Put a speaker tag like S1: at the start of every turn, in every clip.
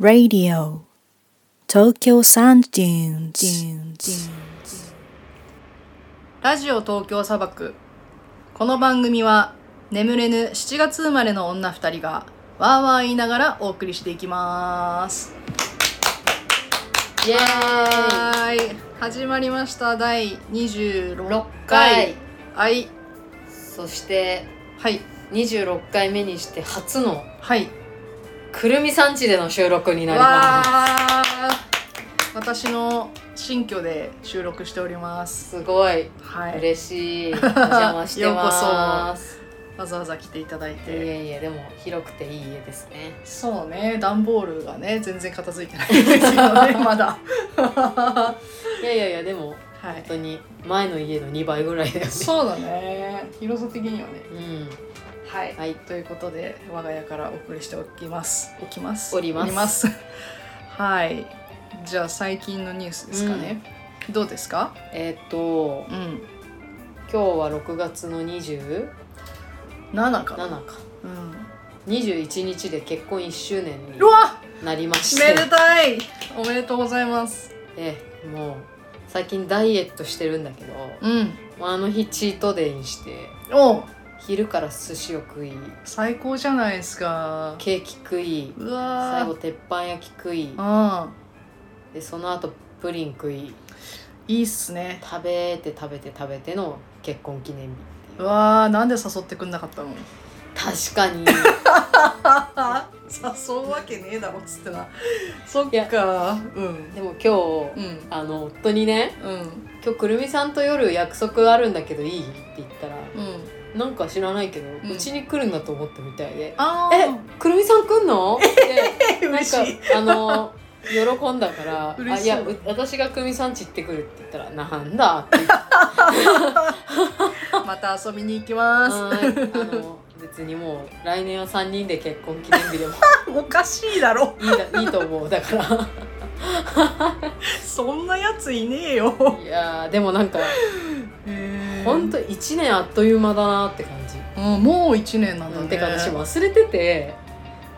S1: Radio 東京サンドデューンズ
S2: ラジオ東京砂漠この番組は眠れぬ7月生まれの女2人がわーわー言いながらお送りしていきますイエーイ始まりました第26
S3: 6
S2: 回
S3: 回
S2: はい
S3: そして
S2: はい
S3: 26回目にして初の
S2: はい
S3: くるみさんちでの収録になり
S2: わ
S3: ま
S2: ー私の新居で収録しております
S3: すすごい
S2: はい
S3: 嬉 しいお邪魔してます
S2: わざわざ来ていただい
S3: い
S2: て
S3: えいえでも広くていい家ですね
S2: そうね段ボールがね全然片付いてないですよね まだ
S3: いやいやいやでも
S2: はい
S3: 本当に前の家の2倍ぐらいだよね
S2: そうだね広さ的にはね
S3: うん
S2: はい、
S3: はい
S2: ということで我が家からお送りしておきますおきます
S3: おります
S2: はいじゃあ最近のニュースですかね、どうですか
S3: えーっと
S2: うん
S3: 今日は6月の27
S2: 7かな
S3: か
S2: うん
S3: 21日で結婚1周年に
S2: うわ
S3: なりまし
S2: め
S3: て
S2: でたいおめでとうございます
S3: ええもう最近ダイエットしてるんだけど
S2: うん
S3: まああの日チートデイにして
S2: おう
S3: 昼から寿司を食い
S2: 最高じゃないですか
S3: ケーキ食いう
S2: わ
S3: 最後鉄板焼き食い
S2: 後
S3: でその後プリン食い
S2: うんいいっすね
S3: 食べて食べて食べての結婚記念日
S2: うわーなんで誘ってくんなかったの
S3: 確かに
S2: 誘うわけねえだろっつってなそっ
S3: い
S2: かうん
S3: でも今
S2: う
S3: 日
S2: ん
S3: あの夫にね
S2: うん
S3: 「今日くるみさんと夜約束あるんだけどいい?」って言ったら
S2: うん
S3: なんか知らないけど
S2: ん
S3: うち、に来るんだと思ったみたいで
S2: あ
S3: 「えくるみさん来んの?」って。
S2: え
S3: なんかあの喜ん だから「
S2: 嬉
S3: あ
S2: し
S3: い
S2: い
S3: やう私が久美さんち行ってくる」って言ったら「なんだ」 って言って
S2: また遊びに行きま
S3: あの別にもう来年は3人で結婚記念日でも
S2: す おかしいだろ
S3: いいだ いいと思うだか
S2: そんなやついねえよ
S3: らいやーでもなんかほん
S2: 本
S3: と1年あっという間だなって感じ。
S2: 当うんもう一年なんだ
S3: な
S2: ね
S3: んてか私忘れてて
S2: え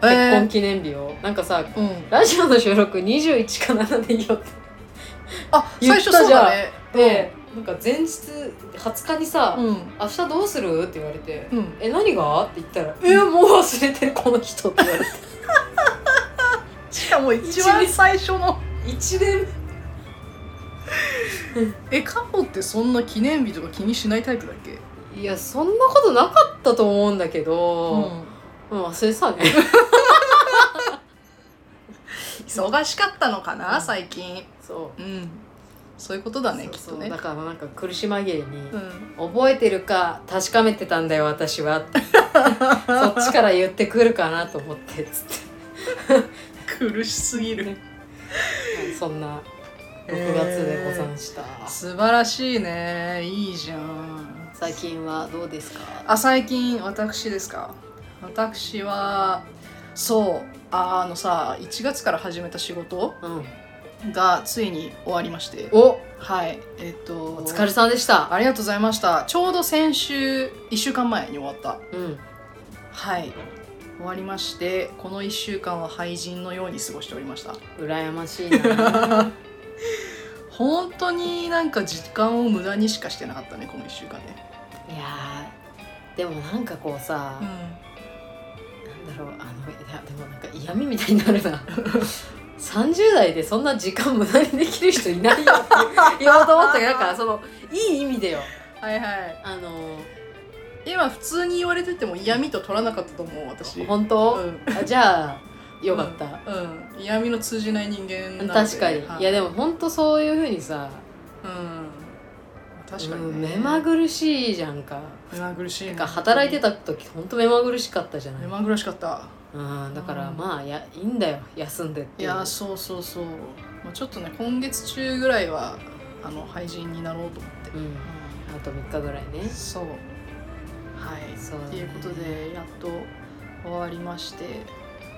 S3: 結
S2: ー
S3: 婚記念日を、なんかさ
S2: うん
S3: ラジオの収録21か7でいいよって
S2: あ
S3: 言
S2: 最
S3: った
S2: 初そうだね
S3: 言って、なんか前日20日にさ「
S2: うん
S3: 明日どうする?」って言われて。
S2: うんうん
S3: え何がって言ったら「えもう忘れてるこの人」って言われて
S2: しかも一
S3: 一
S2: 番
S3: 年
S2: 最初の
S3: 一年
S2: えカホってそんな記念日とか気にしないタイプだっけ
S3: いやそんなことなかったと思うんだけど、うん、忘れてたね
S2: 忙しかったのかな
S3: うん
S2: 最近
S3: そう
S2: うんそういうことだね
S3: そう
S2: きっ
S3: そ
S2: と
S3: う
S2: ね
S3: だからなんか苦し紛れに
S2: う
S3: 「
S2: ん
S3: 覚えてるか確かめてたんだよ私は」 そっちから言ってくるかなと思ってつっ
S2: 苦しすぎる
S3: てそんな6月でござんした、
S2: 素晴らしいねいいじゃん
S3: 最近はどうですか
S2: あ最近私ですか私はそうああのさ1月から始めた仕事
S3: うん
S2: がついに終わりまして
S3: お
S2: はいえっと
S3: お疲れさんでした
S2: ありがとうございましたちょうど先週1週間前に終わった
S3: うん
S2: はい終わりましてこの1週間は廃人のように過ごしておりました
S3: 羨ましいな
S2: 本当になんか時間を無駄にしかしてなかったねこの1週間で、
S3: いやーでもなんかこうさ、なんだろうあのいやでもなんか嫌味みたいになるな 30代でそんな時間無駄にできる人いないよっ て言おうと思ったけどなんかそのいい意味でよ
S2: はいはい
S3: あの
S2: 今普通に言われてても嫌味と取らなかったと思う私
S3: 本当、
S2: うん
S3: あじゃあよかった、
S2: うん、嫌味の通じない人間なんで
S3: 確かに、、
S2: はい
S3: やでも本当そういうふうにさ
S2: うん確かに、ね
S3: うん目まぐるしいじゃんか
S2: 目まぐるしい
S3: なんか働いてた時本当目まぐるしかったじゃない
S2: 目、まぐるしかった
S3: うん、だから
S2: うん
S3: まあやいいんだよ休んでって
S2: い
S3: いう
S2: やそうそうそうもうちょっとね今月中ぐらいはあの廃人になろうと思って、
S3: うん、
S2: う
S3: あと3日ぐらいね
S2: んそうはい
S3: そうだ
S2: と
S3: ね
S2: いうことでやっと終わりまして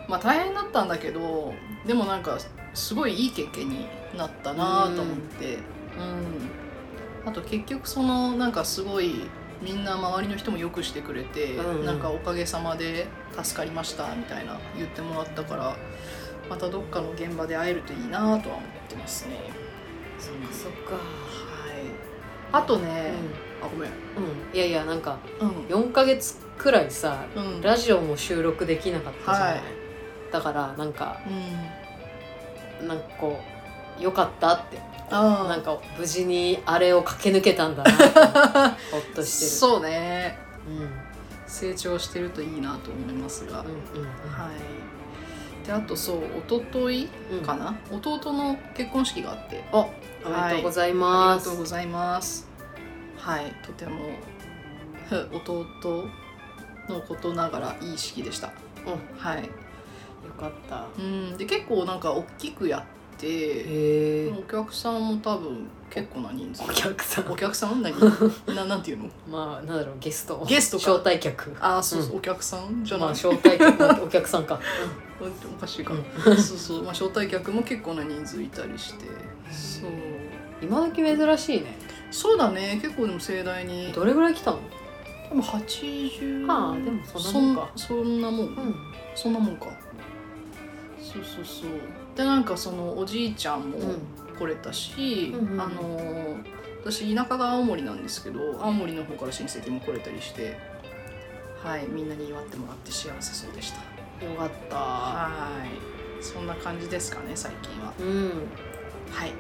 S2: まあ大変だったんだけどでもなんかすごいいい経験になったなと思ってうんあと結局そのなんかすごいみんな周りの人もよくしてくれて、
S3: うんうん
S2: なんかおかげさまで助かりましたみたいな言ってもらったからまたどっかの現場で会えるといいなとは思ってますね
S3: そっかそっか
S2: はいあとね、
S3: う
S2: あごめん
S3: ん、うん、いやいやなんか
S2: う
S3: 4ヶ月くらいさ
S2: んうん
S3: ラジオも収録できなかったじゃない、
S2: はい
S3: だからなんか
S2: うん
S3: なんかこうよかったって
S2: あー
S3: なんか無事にあれを駆け抜けたんだなって ほっとしてる
S2: そうね
S3: うんうん
S2: 成長してるといいなと思いますが、
S3: うんうん
S2: はいであとそう一昨日
S3: うん
S2: かな、弟の結婚式があって
S3: おおめでとうござい
S2: あり
S3: ま
S2: が
S3: す、
S2: とうございますはいとてもふ弟のことながらいい式でした
S3: う
S2: はい
S3: んよかった
S2: うんで結構なんか大きくやって
S3: へえ
S2: お客さんも多分結構な人数
S3: お客さん
S2: お客さん何 ななんていうの
S3: まあなんだろうゲスト
S2: ゲストか
S3: 招待客
S2: あーそうそう、
S3: うん
S2: お客さんじゃ
S3: まあ
S2: ない、
S3: 招待客お客さんか、
S2: おかしいか、
S3: うん
S2: そうそう、まあ、招待客も結構な人数いたりしてそう
S3: 今時珍しいね
S2: そうだね結構でも盛大に
S3: どれぐらい来たの
S2: 多分80
S3: ああでもそんなもんか
S2: そんそんなもん、
S3: うん
S2: そんなもんかそうそうそうでなんかそのおじいちゃんも来れたし、
S3: うんうん
S2: あのー私田舎が青森なんですけど青森の方から親戚も来れたりしてはいみんなに祝ってもらって幸せそうでした
S3: よかった
S2: はいそんな感じですかね最近は
S3: うん
S2: はいは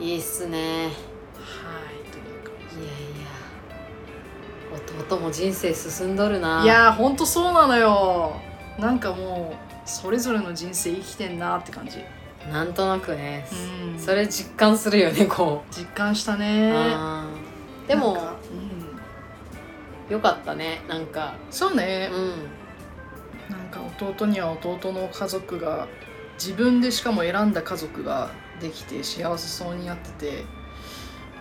S2: い
S3: いいっすね
S2: という感
S3: いやいや弟も人生進んどるな
S2: じいやーほんとそうなのよなんかもうそれぞれの人生生きてんなって感じ
S3: なんとなくね、
S2: うん
S3: それ実感するよねこ
S2: 実感した
S3: う、
S2: ね
S3: あーで
S2: な
S3: も
S2: んかうん
S3: よかったねなんか
S2: そう
S3: う
S2: ね、
S3: ん
S2: なんか弟には弟の家族が自分でしかも選んだ家族ができて幸せそうにやってて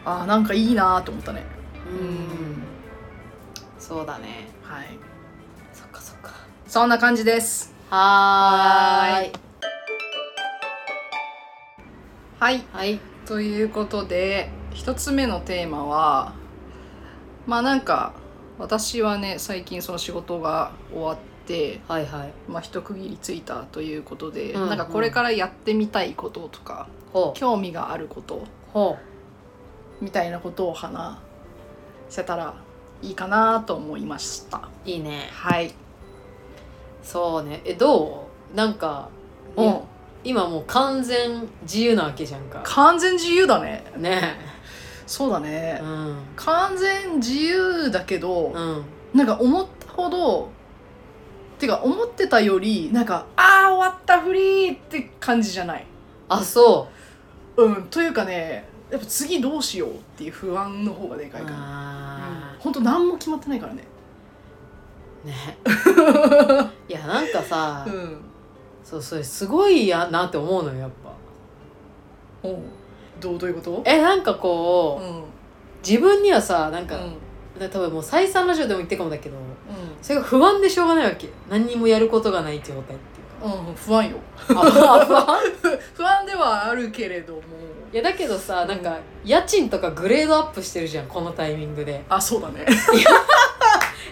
S2: あーなんかいいなーと思ったね
S3: うん、そうだね
S2: はい
S3: そっかそっか
S2: そんな感じです
S3: はーい
S2: はい
S3: はい
S2: ということで一つ目のテーマはまあなんか私はね最近その仕事が終わって、
S3: はいはい
S2: まあ、一区切りついたということで、
S3: うんうん
S2: なんかこれからやってみたいこととか
S3: ほう
S2: 興味があること
S3: ほ
S2: みたいなことを話せたらいいかなと思いました
S3: ういいね
S2: はい
S3: そうねえどうなんかいや
S2: うん
S3: 今もう完全自由なわけじゃんか
S2: 完全自由だね
S3: ね
S2: そうだね
S3: えうん
S2: 完全自由だけど、
S3: うん
S2: なんか思ったほどてか思ってたよりなんかああ終わったフリーって感じじゃない
S3: あそ
S2: うんというかねやっぱ次どうしようっていう不安の方がで
S3: う
S2: かいかな
S3: あ
S2: 本当何も決まってないからね
S3: ーね いやなんかさ、
S2: うん
S3: そうそれすごいやなって思うのよやっぱ
S2: おうどうどういうこと
S3: えなんかこう、
S2: うん
S3: 自分にはさなん
S2: う
S3: か、
S2: ん
S3: 多分もう再三ラジオでも言ってるかもだけど
S2: うん
S3: それが不安でしょうがないわけ何にもやることがないって状態っていう
S2: うん、不安よ
S3: かあ不安
S2: 不安ではあるけれども
S3: いやだけどさなんか家賃とかグレードアップしてるじゃんこのタイミングで
S2: あそうだね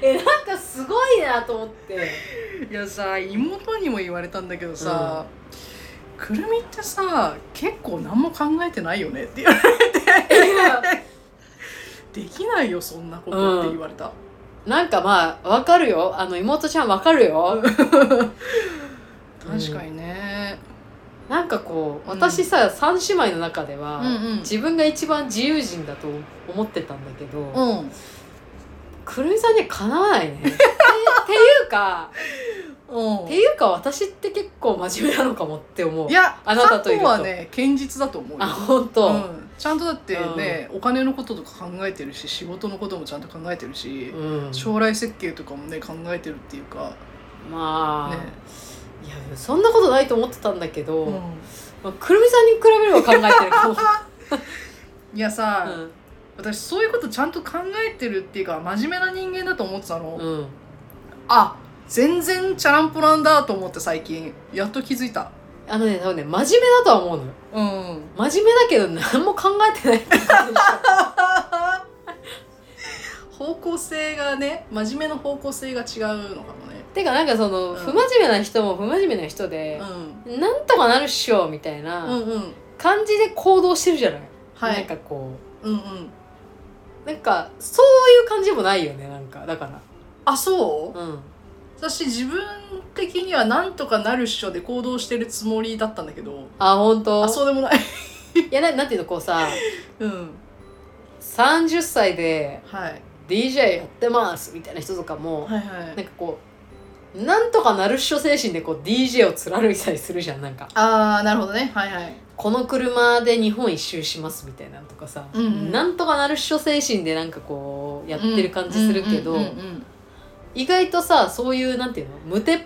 S3: えなんかすごいなと思って
S2: いやさ妹にも言われたんだけどさ、くるみってさ結構何も考えてないよねって言われてできないよそんなことって言われた、
S3: なんかまあわかるよあの妹ちゃんわかる ようん
S2: 確かにね、
S3: なんかこう
S2: うん
S3: 私さ、三3姉妹の中では、
S2: うん
S3: 自分が一番自由人だと思ってたんだけど、
S2: うんうん
S3: くるみさんにはかなわ ないねてっていうかっていうか私って結構真面目なのかもって思う
S2: いや
S3: あなたといると
S2: 過去はね堅実だと思うよ
S3: あ本当、
S2: うん、ちゃんとだってね、お金のこととか考えてるし仕事のこともちゃんと考えてるし、
S3: うん
S2: 将来設計とかもね考えてるっていうか
S3: まあ、
S2: ね
S3: いやそんなことないと思ってたんだけど、
S2: うん
S3: まあ、くるみさんに比べれば考えてる かも、
S2: いやさ、
S3: うん
S2: 私そういうことちゃんと考えてるっていうか真面目な人間だと思ってたの、
S3: うん、
S2: あ全然チャランポランだと思って最近やっと気づいた
S3: あのね多分ね真面目だとは思うのよ
S2: うん
S3: 真面目だけど何も考えてないってこと でし
S2: 方向性がね真面目の方向性が違うのかもね
S3: ょてかなんかその、
S2: うん
S3: 不真面目な人も不真面目な人で、なんとかなるっしょみた
S2: うん
S3: い
S2: うん
S3: な
S2: うん
S3: 感じで行動してるじゃない、
S2: は
S3: なん
S2: い
S3: かこ
S2: うんうん
S3: うなんかそういう感じもないよねなんかだか
S2: あそう
S3: らうん
S2: 私自分的にはなんとかなるっしょで行動してるつもりだったんだけど
S3: あ本当
S2: あそうでもない
S3: いやななんていうのこうさ
S2: うん
S3: 30歳で
S2: はい
S3: DJ やってますみたいな人とかも、
S2: はいは
S3: なん
S2: い
S3: かこうなんとかなるっしょ精神でこう DJ を貫いたりするじゃんなんか
S2: ああなるほどねはいはい
S3: この車で日本一周しますみたいなのとかさ、
S2: うんうん
S3: なんとかなるっしょ精神でなんかこうやってる感じするけど、
S2: うんうんうんうん
S3: 意外とさそういうなんていうの無て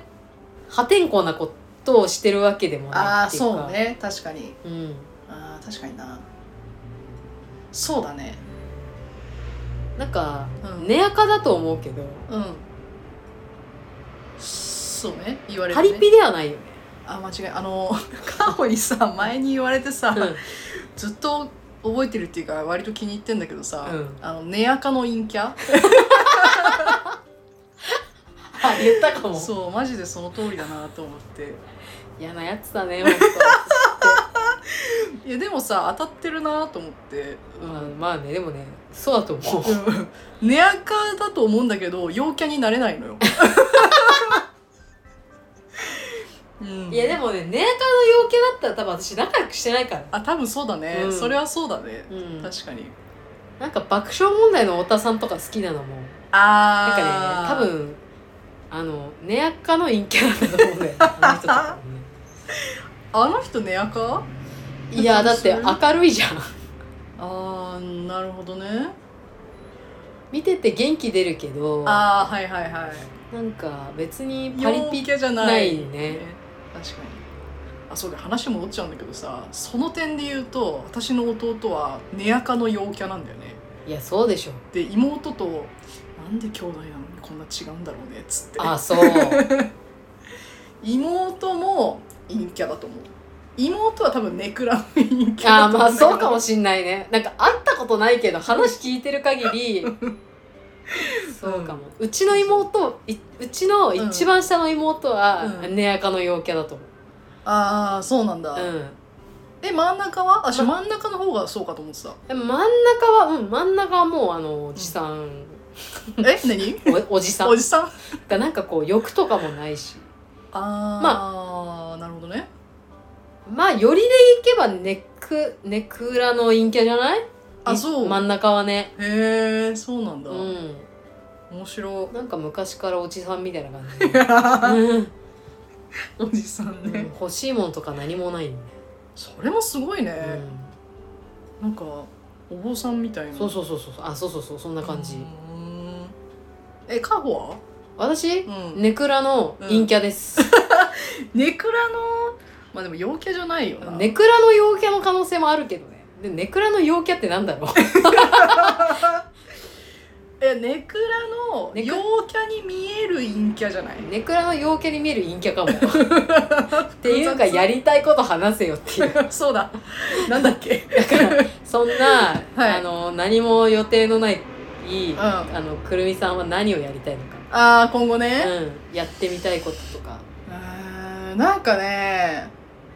S3: 破天荒なことをしてるわけでも
S2: あ
S3: ない
S2: あ
S3: っていうか
S2: そうね確かに
S3: うん、
S2: あー確かになそうだね
S3: なんか
S2: うん
S3: 根垢だと思うけど、
S2: うんそうね言われ
S3: パ
S2: る、
S3: リ
S2: ね、
S3: ピではないよね、
S2: あ間違いあのカホにさ前に言われてさ、
S3: うん
S2: ずっと覚えてるっていうか割と気に入ってんだけどさ、
S3: うん
S2: あの根垢の陰キャ
S3: あ言った かも
S2: そうマジでその通りだなと思って
S3: 嫌なやつ だね本
S2: いやでもさ当たってるなと思って
S3: 当まあまあねでもねそうだと思う
S2: うん根垢だと思うんだけど陽キャになれない のよ、うん
S3: いやでもね根垢の陽気だったら多分私仲良くしてないから、
S2: あ多分そうだね、
S3: うん
S2: それはそうだね、
S3: うん、
S2: 確かに
S3: なんか爆笑問題の太田さんとか好きなのもなん
S2: あ
S3: かね多分あの根垢の陰キャなんだと思う んだよねあの人とかもね
S2: あの人根垢
S3: いやだって明るいじゃん
S2: あーなるほどね
S3: 見てて元気出るけどな
S2: あーはいはいはい
S3: んか別にパリ
S2: 陽
S3: ピ
S2: キャじゃない
S3: ないね
S2: 確かにあそうだ話戻っちゃうんだけどさその点で言うと私の弟は根垢の陽キャなんだよね
S3: いやそうでしょ
S2: で妹となんで兄弟なのにこんな違うんだろうねっつって
S3: あそう
S2: 妹も陰キャだと思う妹は多分ネクラの陰キャ だと思
S3: あーまあ
S2: んだけど
S3: そうかもしんないねなんか会ったことないけど話聞いてる限 りそうかも、うちの妹いうちの一番下の妹は
S2: うん
S3: 根垢の陽キャだと思
S2: ああそうなんだ、
S3: う、うん、
S2: え真ん中はあ私真ん中の方がそうかと思ってた
S3: でも真ん中はうん真ん中はもうあのおじさん、
S2: え何
S3: おおじさん
S2: おじさん
S3: がなんかこう欲とかもないし
S2: ああなるほどね
S3: まあよりでいけばネクネクラの陰キャじゃない
S2: あそう
S3: 真ん中はね
S2: へえそうなんだ、
S3: うん
S2: 面白
S3: なんか昔からおじさんみたいな感じうん
S2: おじさん
S3: うん
S2: ね、
S3: 欲しいもんとか何もないん
S2: それもすごい
S3: だよ、
S2: ね、なんかお坊さんみたい
S3: うん
S2: な
S3: そう
S2: う
S3: そうそうそうあそうそうそうそんな感じ、
S2: ーんえカホ
S3: 私
S2: は、うん、
S3: ネクラの陰キャです、
S2: ネクラのまあでも陽キャじゃないよな
S3: ネクラの陽キャの可能性もあるけどねでネクラの陽キャってなんだろう
S2: えネクラの
S3: ネク
S2: 陽キャに見える陰キャじゃない
S3: ネクラの陽キャに見える陰キャか もっていうか
S2: 複雑
S3: やりたいこと話せよっていう
S2: そう だなんだっけ
S3: だからそんな、
S2: はい
S3: あの何も予定のない、
S2: ん
S3: あのくるみさんは何をやりたいのか、
S2: ああ今後ね、
S3: うん、やってみたいこととか
S2: うーん、なんかね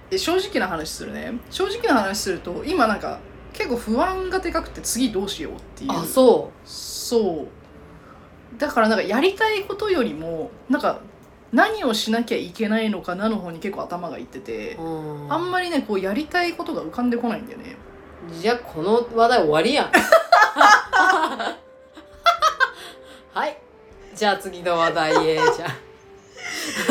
S2: え正直な話するね正直な話すると今なんか結構不安がでかくて次どうしようっていう
S3: あそ
S2: そうだからなんかやりたいことよりもなんか何をしなきゃいけないのかなの方に結構頭がいってて
S3: う、うん
S2: あんまりねこうやりたいことが浮かんでこないんだよね
S3: じゃあこの話題終わりやんはいじゃあ次の話題へじ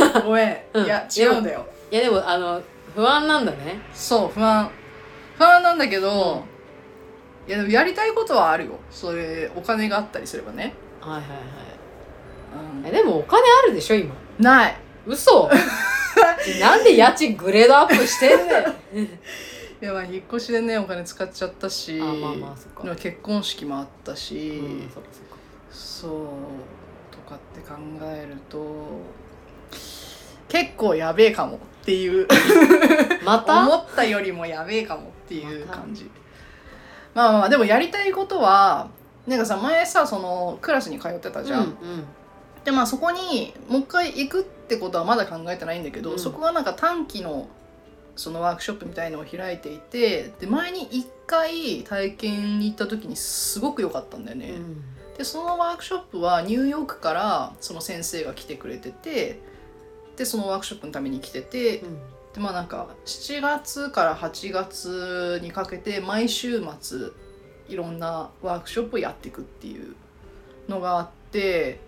S3: ゃあ
S2: ごめん、
S3: うん
S2: いや違うんだよ
S3: いやでもあの不安なんだね
S2: そう不安不安なんだけど、いやでもやりたいことはあるよそれお金があったりすればね、
S3: はいはいは
S2: うん
S3: いえでもお金あるでしょ今
S2: ない
S3: 嘘なんで家賃グレードアップしてんね んあ
S2: いやまあ引っ越しでねお金使っちゃったし
S3: まあまあそっか、
S2: でも結婚式もあったし、
S3: うんそっかそっか
S2: そうとかって考えると結構やべえかもっていう
S3: ま
S2: 思
S3: た
S2: ったよりもやべえかもっていう感じ、まあまあまあでもやりたいことはなんかさ前さそのクラスに通ってたじゃん、
S3: うん
S2: でまあそこにもう一回行くってことはまだ考えてないんだけど、
S3: うん
S2: そこはなんか短期のそのワークショップみたいのを開いていてで前に一回体験に行った時にすごく良かったんだよね。
S3: うん
S2: でそのワークショップはニューヨークからその先生が来てくれててでそのワークショップのために来てて
S3: うん
S2: でまあなんか7月から8月にかけて毎週末いろんなワークショップをやっていくっていうのがあって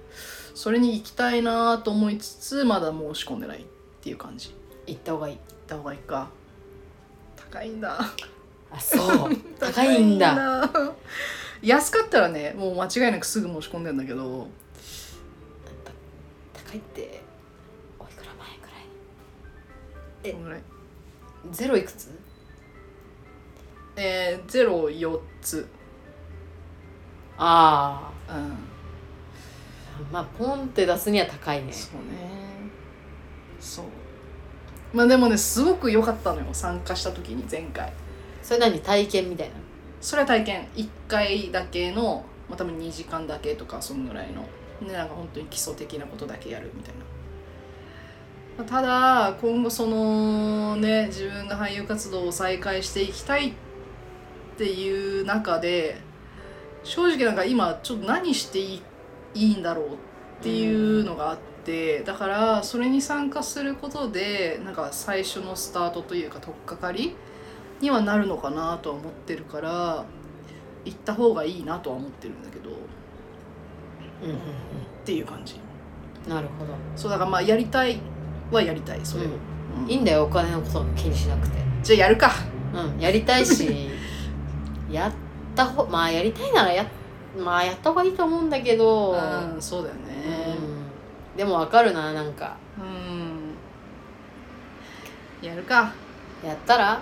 S2: それに行きたいなと思いつつまだ申し込んでないっていう感じ行
S3: 行った方 がいい
S2: った方がいいか高いんだ
S3: あそう高いんだ
S2: 高いんだ 安かったらねもう間違いなくすぐ申し込んでんだけど
S3: 高いっておいくら前くらいえ
S2: こんぐらい
S3: ゼロいくつ
S2: えー、ゼロ4つ
S3: あ
S2: うん
S3: あまあポンって出すには高いね
S2: そうねそうまあでもねすごく良かったのよ参加した時に前回
S3: それ何体験みたいな
S2: それは体験1回だけの、まあ、多分2時間だけとかそのぐらいのねなんか本当に基礎的なことだけやるみたいな、まあただ今後そのね自分が俳優活動を再開していきたいっていう中で正直なんか今ちょっと何していいいいんだろうっていうのがあって、だからそれに参加することでなんか最初のスタートというか取っかかりにはなるのかなとは思ってるから行った方がいいなとは思ってるんだけどっ
S3: うんうん
S2: ていう感じ
S3: うんなるほど
S2: そうだからまあやりたいはやりたいそれを、うん
S3: いいんだよお金のことを気にしなくて
S2: じゃあやるか
S3: うんやりたい しやったほまあやりたいならやまあやった方がいいと思うんだけど、
S2: うんそうだよね
S3: うんでもわかるななんか
S2: うんやるか
S3: やったら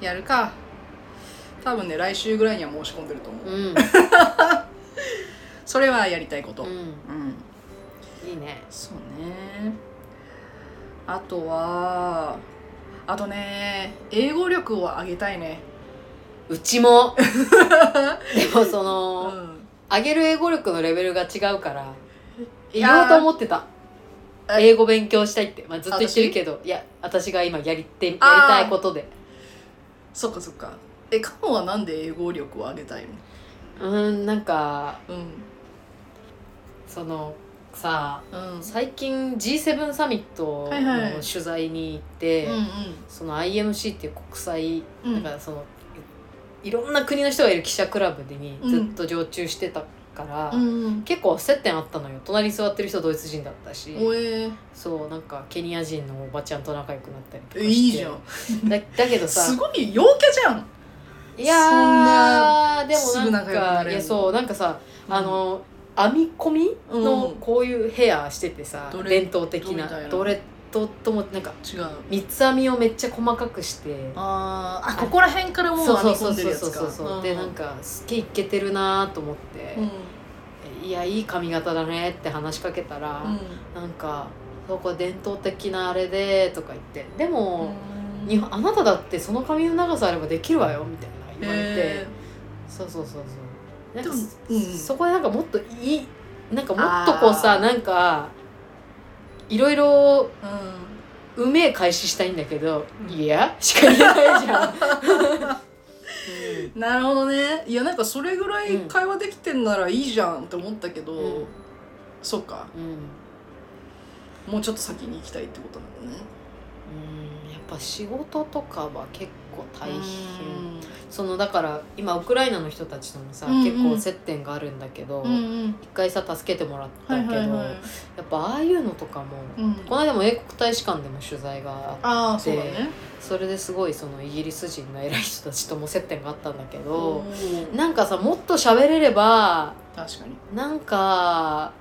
S2: やるか多分ね来週ぐらいには申し込んでると思う、
S3: うん、
S2: それはやりたいこと
S3: うん、
S2: うん
S3: いいね
S2: そうねあとはあとね英語力を上げたいね
S3: う ちもでもその、
S2: ん
S3: 上げる英語力のレベルが違うから
S2: い
S3: 言
S2: やー
S3: おうと思ってた
S2: え
S3: 英語勉強したいって、まあ、ずっと言ってるけどいや私が今やりてやり
S2: あー
S3: たいことで
S2: そっかそっかえカモはなんで英語力を上げたいの
S3: うーんなんか
S2: うん
S3: そのさ
S2: うん
S3: 最近 G7 サミット
S2: はいはい
S3: の取材に行って、
S2: う
S3: その IMC っていう国際、
S2: んうん
S3: だからそのいろんな国の人がいる記者クラブに
S2: うん
S3: ずっと常駐してたから、
S2: うん
S3: 結構接点あったのよ隣に座ってる人ドイツ人だったし
S2: おえ
S3: そうなんかケニア人のおばちゃんと仲良くなったりとかして
S2: いいじゃん
S3: だだけどさ
S2: すごい陽キャじゃん
S3: いやーで
S2: そ
S3: も
S2: んな
S3: なん
S2: すぐ仲良くな
S3: か
S2: れる
S3: いやそうなんかさ、あの編み込み
S2: うん
S3: のこういうヘアしててさ、
S2: ドレッ
S3: 伝統的な
S2: ドみたいな
S3: ドレッドともなんか
S2: 違う
S3: 三つ編みをめっちゃ細かくして
S2: あーあここら辺からもう
S3: そう
S2: 編み
S3: そ
S2: 込
S3: うそうん
S2: で
S3: そ
S2: る
S3: う
S2: や
S3: そう
S2: つ
S3: そう
S2: か
S3: そうでなん
S2: か
S3: かすっげえいけてるなーと思って、
S2: うん
S3: いやいい髪型だねって話しかけたら、なんか「そこ伝統的なあれで」とか言って「でも、
S2: うん
S3: 日本あなただってその髪の長さあればできるわよ」みたいな言われて、
S2: え
S3: そうそうそうそうなん
S2: で
S3: か
S2: もうん
S3: そこでなんかもっといいなんかもっとこうさ
S2: あー
S3: なんかいろいろ
S2: ー
S3: うめえ開始したいんだけど「
S2: うん
S3: いや」しか言えない じゃん。
S2: うんなるほどねいやなんかそれぐらい会話できてんならいいじゃんって思ったけど、
S3: うん
S2: そっか
S3: うんうん
S2: もうちょっと先に行きたいってことなんだね
S3: うんやっぱ仕事とかは結構大変
S2: うん
S3: そのだから今ウクライナの人たちともさ、
S2: うんうん
S3: 結構接点があるんだけど、
S2: うんうん
S3: 一回さ助けてもらった
S2: は
S3: け
S2: い
S3: ど、
S2: はいは
S3: やっぱああいうのとかも、
S2: い、うん、
S3: この間も英国大使館でも取材があって
S2: ああそうだね
S3: それですごいそのイギリス人の偉い人たちとも接点があったんだけど、
S2: うん
S3: なんかさもっと喋れれば
S2: 確かに
S3: なんか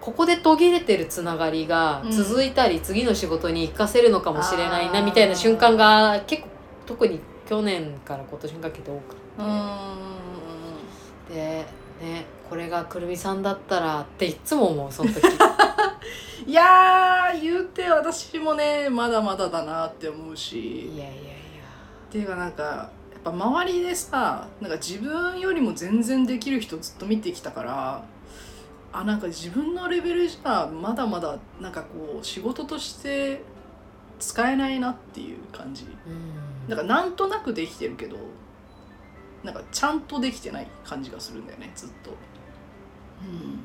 S3: ここで途切れてるつながりが続いたり、次の仕事に生かせるのかもしれない
S2: あ
S3: な
S2: ー
S3: みたいな瞬間が結構特に去年から今年にかけて多くて。
S2: うん
S3: でねこれがくるみさんだったらっていつも思う その時
S2: いやー言うて私もねまだまだだなって思うし
S3: いやいやいや
S2: っていうかなんかやっぱ周りでさなんか自分よりも全然できる人ずっと見てきたからあなんか自分のレベルじゃまだまだなんかこう仕事として使えないなっていう感じ
S3: うん
S2: なんかなんとなくできてるけどなんかちゃんとできてない感じがするんだよねずっと。うん、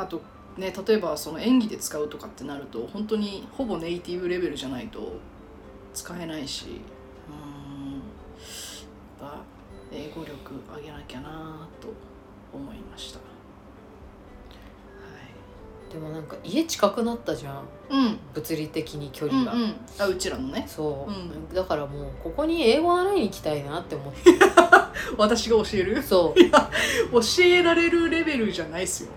S2: あとね例えばその演技で使うとかってなると本当にほぼネイティブレベルじゃないと使えないしうんやっぱ英語力上げなきゃなと思いました。は
S3: でもなんか家近くなったじゃん
S2: い、うん
S3: 物理的に距
S2: う
S3: 離
S2: ん
S3: が、
S2: うん、あうちらのね
S3: そう、
S2: うん
S3: だからもうここに英語習いに行きたいなって思って
S2: 私が教える
S3: そう
S2: 教えられるレベルじゃないっすよ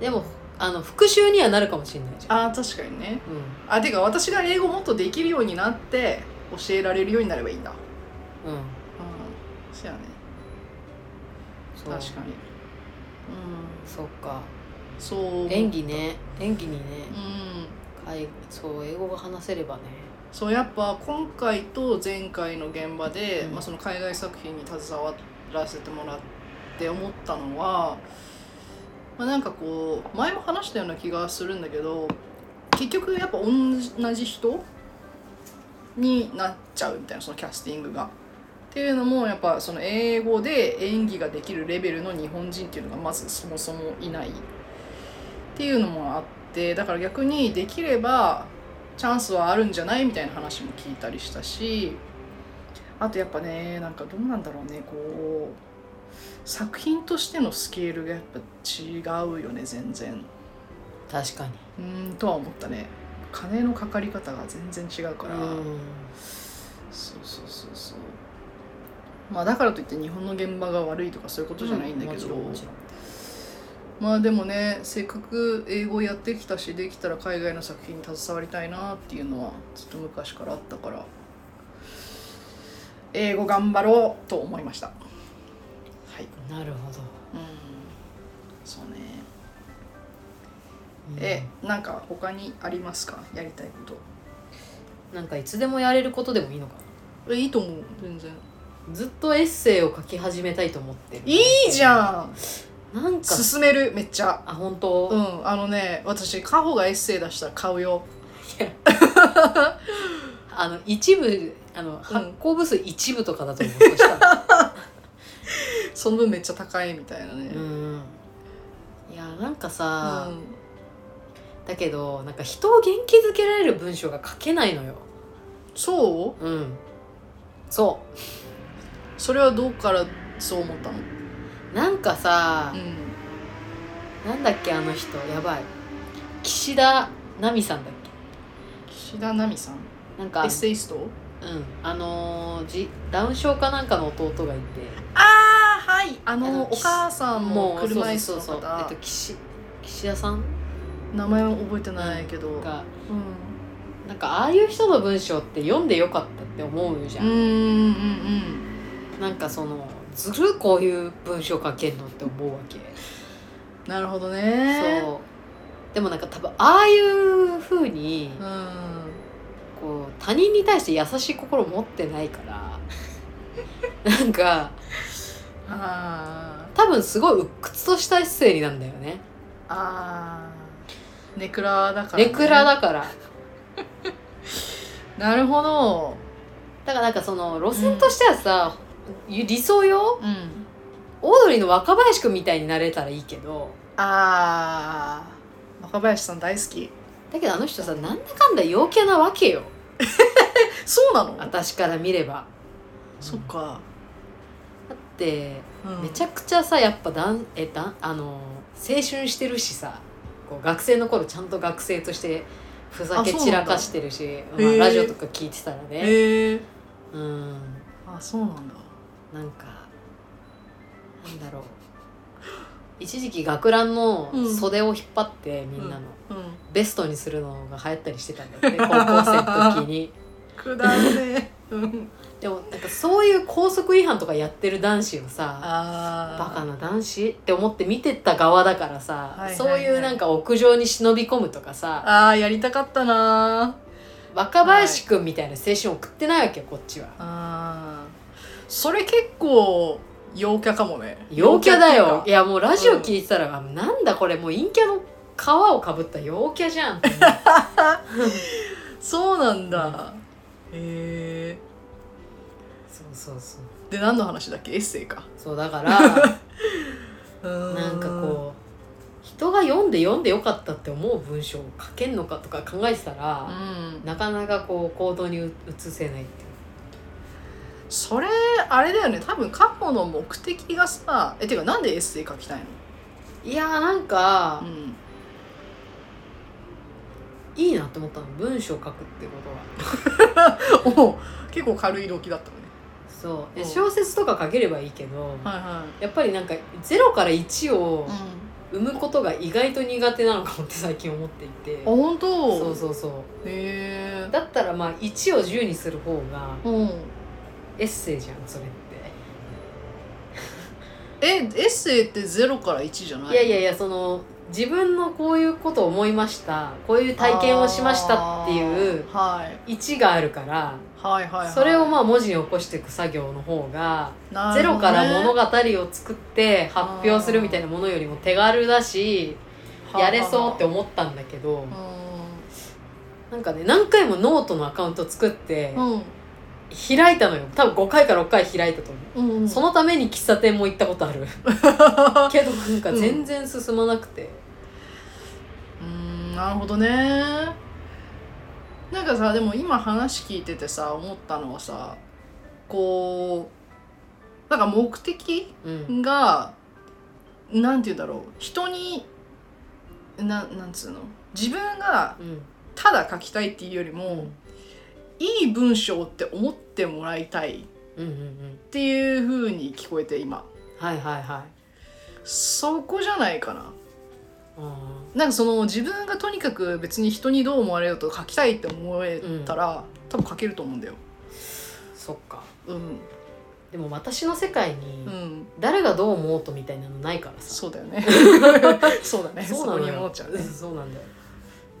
S3: でもあの復習にはなるかもしれないじゃん
S2: あー確かにね
S3: うん
S2: あてか私が英語もっとできるようになって教えられるようになればいいんだうん
S3: うん
S2: そうやね
S3: そう
S2: 確かに
S3: そっか
S2: うんそう
S3: 演技ね演技にね
S2: うん
S3: 海そう英語が話せればね
S2: そうやっぱ今回と前回の現場で、
S3: うん
S2: まあ、その海外作品に携わらせてもらって思ったのは、まあ、なんかこう前も話したような気がするんだけど結局やっぱ同じ人になっちゃうみたいなそのキャスティングが。っていうのもやっぱその英語で演技ができるレベルの日本人っていうのがまずそもそもいないっていうのもあってだから逆にできればチャンスはあるんじゃないみたいな話も聞いたりしたしあとやっぱねなんかどうなんだろうねこう作品としてのスケールがやっぱ違うよね全然
S3: 確かに
S2: うーんとは思ったね金のかかり方が全然違うから、
S3: うん
S2: そうそうそうそうまあだからといって日本の現場が悪いとかそういうことじゃないんだけど、
S3: うもちろんもち
S2: まあでもねせっかく英語やってきたしできたら海外の作品に携わりたいなっていうのはずっと昔からあったから英語頑張ろうと思いましたはい
S3: ろんなる
S2: うん
S3: ほど
S2: そうね
S3: うん
S2: えなんか他にありますかやりたいこ
S3: なんかいつでもやれることでもいいのか
S2: とえいいと思う全然
S3: なずっとエッセイを書き始めたいと思ってる
S2: いいじゃん
S3: んなんか
S2: 進めるめっちゃ
S3: あ本当、
S2: うんあのね私カホがエッセイ出したら買うよ
S3: あの一部あの発行部数一部とかだと思う、そし たら
S2: その分めっちゃ高いみたいなね
S3: うんいやなんか
S2: う
S3: さ、
S2: ん
S3: だけどなんか人を元気づけられる文章が書けないのよ
S2: そう
S3: うんそ
S2: それはどうからそう思ったの、
S3: うなんかさ、
S2: ん、
S3: なんだっけあの人やばい岸田奈美さんだっ
S2: 岸田奈美さん
S3: けなんか
S2: エッセイスト
S3: うんあのーじダウン症かなんかの弟がいて
S2: ああはいあ
S3: あ
S2: の
S3: の
S2: お母さんも
S3: う
S2: 車椅
S3: そう
S2: 子
S3: そう
S2: の
S3: そうえっ
S2: 方
S3: と岸岸田さん
S2: 名前は覚えてないけど
S3: が
S2: うん
S3: なんかああいう人の文章って読んでよかったって思うじゃ
S2: うんうんうん
S3: なんかそのずるいこういう文章書けんのって思うわけ、
S2: なるほどね
S3: そうでもなんか多分ああいうふうに
S2: うん
S3: こう他人に対して優しい心持ってないから なんか
S2: あー
S3: 多分すごい鬱屈としたエッセイになんだよね
S2: あーネクラだから、
S3: ネクラだから
S2: なるほど
S3: だからなんかその路線としてはさ、理想よ
S2: うん
S3: オードリーの若林くんみたいになれたらいいけど
S2: ああ若林さん大好き
S3: だけどあの人さなんだかんだ陽キャなわけよ
S2: そうなの
S3: 私から見れば
S2: そっか、
S3: だって
S2: うん
S3: めちゃくちゃさやっぱだんえだんあの青春してるしさこう学生の頃ちゃんと学生としてふざけ
S2: あそうなんだ
S3: 散らかしてるし、
S2: へ
S3: まあ、
S2: ー
S3: ラジオとか聞いてたらね、
S2: へえ
S3: うん
S2: あそうなんだ
S3: なんかなんだろう一時期学ランの袖を引っ張って、みんなの、
S2: うん
S3: ベストにするのが流行ったりしてたんだって高校生の時 に
S2: くだんね うん
S3: でもなんかそういう校則違反とかやってる男子をさ
S2: あ
S3: バカな男子って思って見てた側だからさ、
S2: はいはいはい
S3: そういうなんか屋上に忍び込むとかさ
S2: あーやりたかったな
S3: 若林くんみたいな青春を送ってないわけよこっちは
S2: あーそれ結構陽キャかもね
S3: 陽キャだ
S2: 陽
S3: よ
S2: キ
S3: い
S2: ャっていうか
S3: やもうラジオ聞いてたら、あなんだこれもう陰キャの皮をかぶった陽キャじゃん
S2: そうなんだへえ
S3: そうそうそう
S2: で何の話だっけエッセイか
S3: そうだからな
S2: なん
S3: かこう人が読んで読んでよかったって思う文章を書けんのかとか考えてた
S2: う
S3: ら、
S2: ん
S3: なかなかこう行動に移せないっていう
S2: それあれだよね多分過去の目的がさえていうかなんでエッセイ書きたい
S3: いやーなんか
S2: の、うん
S3: いいなって思ったの文章を書くってことは
S2: おう結構軽い動機だったね
S3: そう
S2: う
S3: え
S2: ん
S3: 小説とか書ければいいけど、
S2: はいは
S3: やっぱりなんか0から1を
S2: うん、
S3: 生むことが意外と苦手なのかもって 最近思っていて、
S2: あ本当
S3: そうそうそう
S2: へえ
S3: だったらまあ1を10にする方が
S2: うん
S3: エッセイじゃんそれって、
S2: えエッセイって0から1じゃない
S3: い、やいやいやその自分のこういうことを思いましたこういう体験をしましたっていう
S2: あーはい
S3: 1があるから
S2: はいはい、はい、
S3: それを
S2: あ
S3: まあ文字に起こしていく作業の方がゼ
S2: ゼ
S3: ロから物語を作って発表するみたいなものよりも手軽だしやれそうって
S2: 思
S3: 思ったんだけど
S2: う
S3: なんかね何回もノートのアカウント作って
S2: んうん
S3: 開いたのよ多分5回か6回開いたと思う
S2: うんうん
S3: そのために喫茶店も行ったこと あるけどなんか全然進まなくて、
S2: うーんなるほどねなんかさでも今話聞いててさ思ったのはさこうなんか目的
S3: うん
S2: がなんて言うんだろう人にななんつうの自分が
S3: うん
S2: ただ書きたいっていうよりもいい文章って思ってもらいたいっ
S3: うんうんうん
S2: ていう風に聞こえて今
S3: はいはいはい
S2: そこじゃないかな
S3: あ
S2: なんかその自分がとにかく別に人にどう思われようと書きたいって思えたら、多分書けると思うんだよ。
S3: ーそっか
S2: うん、
S3: でも私の世界
S2: う
S3: に
S2: ん、
S3: 誰がどう思おうとみたいなのないからさ、
S2: そうだよね。 そう だね。そ
S3: な
S2: こ
S3: の
S2: に
S3: よ。
S2: 思っちゃうね
S3: そうなんだよ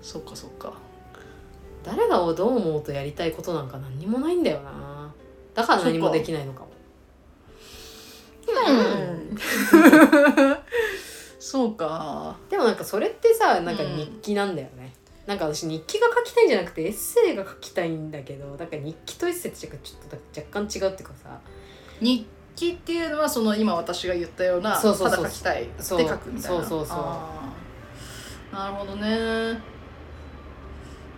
S2: そっかそっか。
S3: 誰がどう思うとやりたいことなんか何にもないんだよなだから何もできないのかも
S2: うん。 そうか。
S3: でもなんかそれってさなんか日記なんだよね、なんか私日記が書きたいんじゃなくてエッセイが書きたいんだけどだから日記とエッセイってちょっと若干違うっていうかさ
S2: 日記っていうのはその今私が言ったような
S3: そうそうそう
S2: ただ書きたいって書くみたいな。
S3: そうそうそうそう
S2: あーなるほどね。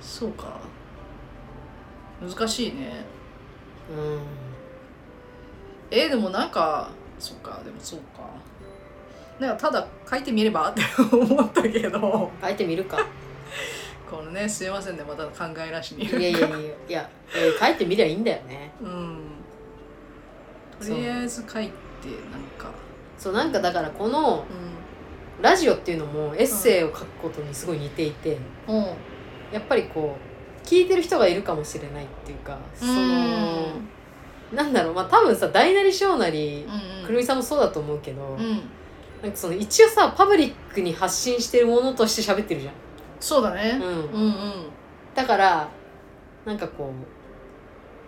S2: そうか。難しいね。
S3: うん
S2: えーでもなんかそっかでもそうかなんかただ書いてみればって思ったけどこ
S3: 書いてみるか
S2: のねすいませんねまた考えらしに
S3: いやいやいやいや、えー書いてみりゃいいんだよね
S2: うん
S3: そ
S2: と
S3: う
S2: りあえず書いてなんか
S3: そうなんかだからこの
S2: う
S3: ラジオっていうのもエッセイを書くことにすごい似ていて、
S2: んうん
S3: やっぱりこう聞いてる人がいるかもしれないっていうかそのなんだろうまあ多分さ大なり小なり
S2: うん
S3: くるみさんもそうだと思うけど、
S2: うん
S3: なんかその一応さパブリックに発信してるものとして喋ってるじゃ
S2: そうだね
S3: ん、、うん
S2: うんうん
S3: だからなんかこ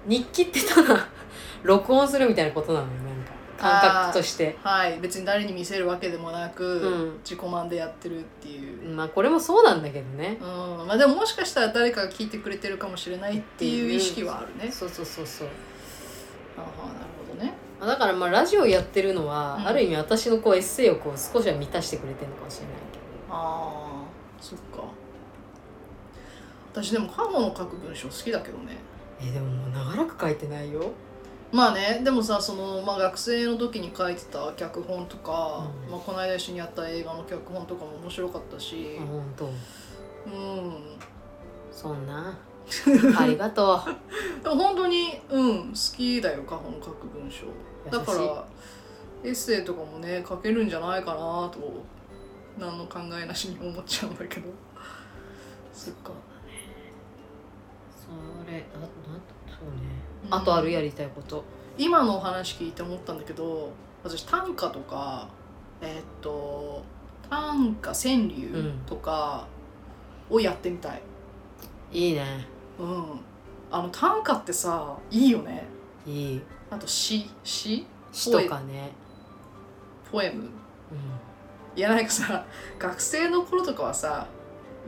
S3: う日記ってただ 録音するみたいなことなのよなんか感覚として
S2: はい別に誰に見せるわけでもなく、
S3: うん
S2: 自己満でやってるっていう、
S3: まあこれもそうなんだけどね
S2: うんまあでももしかしたら誰かが聞いてくれてるかもしれないっていう意識はあるね、
S3: そうそうそうそう
S2: ああなるほどね
S3: まあだからまあラジオやってるのは、
S2: うん
S3: ある意味私のこうエッセイをこう少しは満たしてくれてるのかもしれないけど
S2: あーそっか私でも過去の書く文章好きだけどね
S3: えでももう長らく書いてないよ
S2: まあねでもさその、まあ、学生の時に書いてた脚本とか、
S3: うん
S2: まあ、この間一緒にやった映画の脚本とかも面白かったし
S3: あ本当
S2: うん
S3: そん なありがとう
S2: でも本当にうん好きだよ過去の書く文章
S3: 優しい
S2: だからエッセイとかもね書けるんじゃないかなと何の考えなしに思っちゃうんだけど そっか
S3: それあなんそうね
S2: うん
S3: あとあるやりたいこと
S2: 今のお話聞いて思ったんだけど私短歌とかえーっと短歌川柳とかをやってみたい、
S3: いいね
S2: うんあの短歌ってさいいよね
S3: いい
S2: あと詩詩
S3: 詩とかね
S2: ポエムいやなんかさ学生の頃とかはさ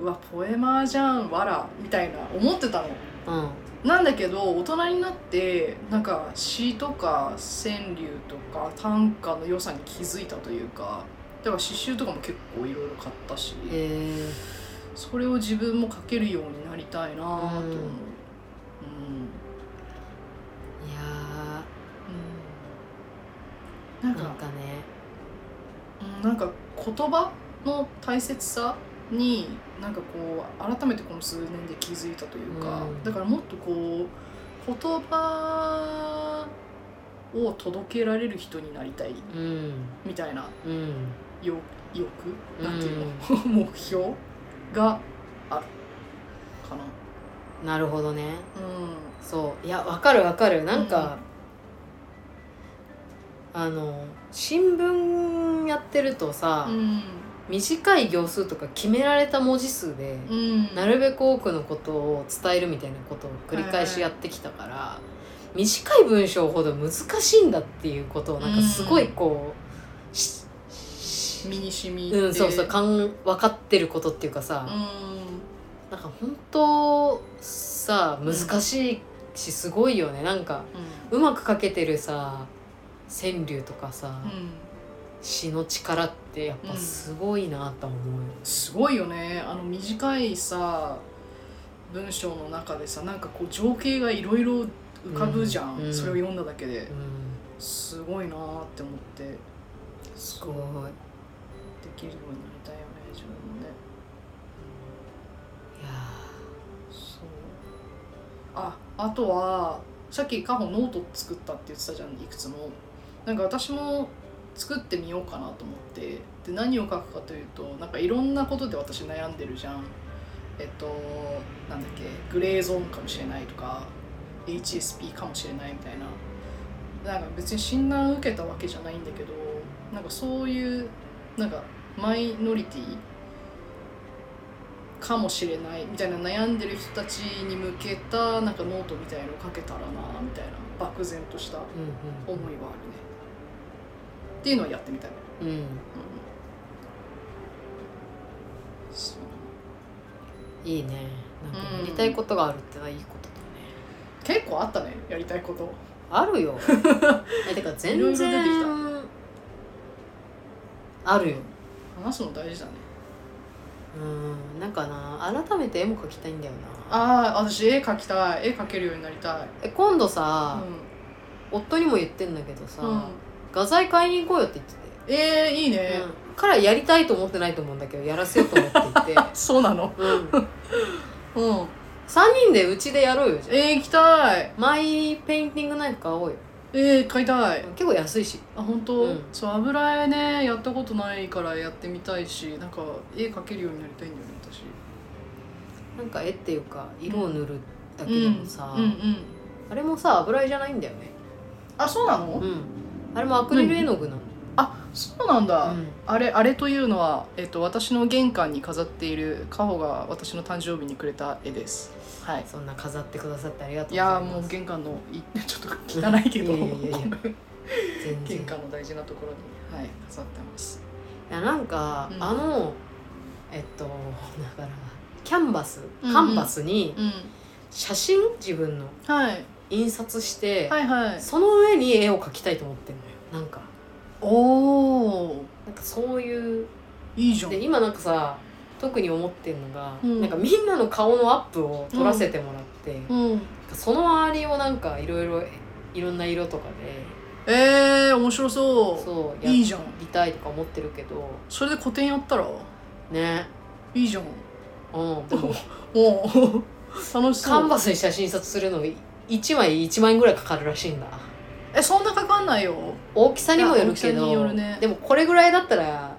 S2: うわポエマーじゃんわらみたいな思ってたの
S3: うんうん
S2: なんだけど大人になってなんか詩とか川柳とか短歌の良さに気づいたというかだから詩集とかも結構いろいろ買ったし
S3: へえ
S2: それを自分も書けるようになりたいなと思う
S3: うん
S2: うん
S3: いや
S2: なん
S3: ーなん
S2: か
S3: かね
S2: うんなんか言葉の大切さになんかこう改めてこの数年で気づいたというか、
S3: うん
S2: だからもっとこう言葉を届けられる人になりたい
S3: うん
S2: みたいな
S3: うん
S2: 欲欲なんていうの、 目標があるかな。
S3: なるほどね
S2: うん
S3: そういやわかるわかるなんか、あの新聞やってるとさ、
S2: うん
S3: 短い行数とか決められた文字数で、
S2: うん、
S3: なるべく多くのことを伝えるみたいなことを繰り返しやってきたから、短い文章ほど難しいんだっていうことをなんかすごいこう、しし
S2: 身に染みて、
S3: うん、そうそうかん分かってることっていうかさ、
S2: う
S3: なんか本当さ難しいしすごいよねなんか
S2: ん
S3: うまく書けてるさ川柳とかさ、
S2: うんうん
S3: 詩の力ってやっぱすごいなと思うよ。
S2: すごいよねあの短いさ文章の中でさなんかこう情景がいろいろ浮かぶじゃん、
S3: うんうん
S2: それを読んだだけで
S3: うん、
S2: すごいなーって思ってす
S3: すごい
S2: できるようになりたいよね自分もね
S3: いや
S2: そうああとはさっきカホノート作ったって言ってたじゃんいくつもなんか私も作ってみようかなと思ってで何を書くかというとなんかいろんなことで私悩んでるじゃんえっとなんだっけグレーゾーンかもしれないとか HSP かもしれないみたいななんか別に診断を受けたわけじゃないんだけどなんかそういうなんかマイノリティかもしれないみたいな悩んでる人たちに向けたなんかノートみたいの書けたらなみたいな漠然とした
S3: ーう
S2: 思いはあるねっていうのをやってみたい、うん
S3: うん、うん、
S2: そう
S3: いいねなんかやりたいことがあるってのはいいことだね、
S2: 結構あったねやりたいこと
S3: あ るよえてか
S2: いろい
S3: 全
S2: ろ出
S3: 然
S2: てきた
S3: あるよ
S2: 話すの大事だね
S3: うんなんかな改めて絵も描きたいんだよな
S2: ああ私絵描きたい絵描けるようになりたい
S3: え今度
S2: うん
S3: さ、夫にも言ってんだけどさ、
S2: うん
S3: 画材買いに行こうよって言ってて、
S2: えー、いいね、
S3: うん、彼はやりたいと思ってないと思うんだけどやらせようと思っていて、
S2: そうなの
S3: うん、
S2: うん
S3: 3人でうちでやろうよじゃあ
S2: えー、行きたい
S3: マイペインティングナイフ買おうよ
S2: えー、買いたい
S3: 結構安いし
S2: あ本当、
S3: うん
S2: そう油絵ねやったことないからやってみたいしなんか絵描けるようになりたいんだよね私
S3: なんか絵っていうか色を塗るだけでもさ、
S2: うんうんうん、
S3: あれもさ油絵じゃないんだよね
S2: あそうなの、
S3: うんあれもアクリル絵の具なの、
S2: そうなんだ、
S3: うん
S2: あれあれというのは、えっと、私の玄関に飾っているカホが私の誕生日にくれた絵ですはい
S3: そんな飾ってくださってありがとう
S2: い
S3: ござい
S2: やー
S3: ます
S2: もう玄関のいちょっと汚いけど
S3: いやいやいやいや全然
S2: 玄関の大事なところに、はい、飾ってます
S3: いやなんか、
S2: うん
S3: あのえっとだからキャンバス
S2: うんうん
S3: カンバスに
S2: うん
S3: 写真自分の
S2: はい
S3: 印刷して、
S2: はいはい
S3: その上に絵を描きたいと思ってんのよなんか
S2: おお
S3: なんかそういう
S2: いいじゃん
S3: で今なんかさ特に思ってるのが、
S2: うん
S3: なんかみんなの顔のアップを撮らせてもらって、
S2: うん
S3: その周りをなんかいろいろいろんな色とかで
S2: えー、面白そう
S3: そう
S2: いいじゃん
S3: りたいとか思ってるけど
S2: それで個展やったら
S3: ね
S2: いいじゃん
S3: うんでも
S2: おー 楽し
S3: カ
S2: そ
S3: ン
S2: う
S3: バスに写真印刷するの1枚1万円ぐらいかかるらしいんだ
S2: えそんなかかんないよ
S3: 大きさにもよるけ
S2: いや大きさ
S3: ど
S2: によるね
S3: でもこれぐらいだったら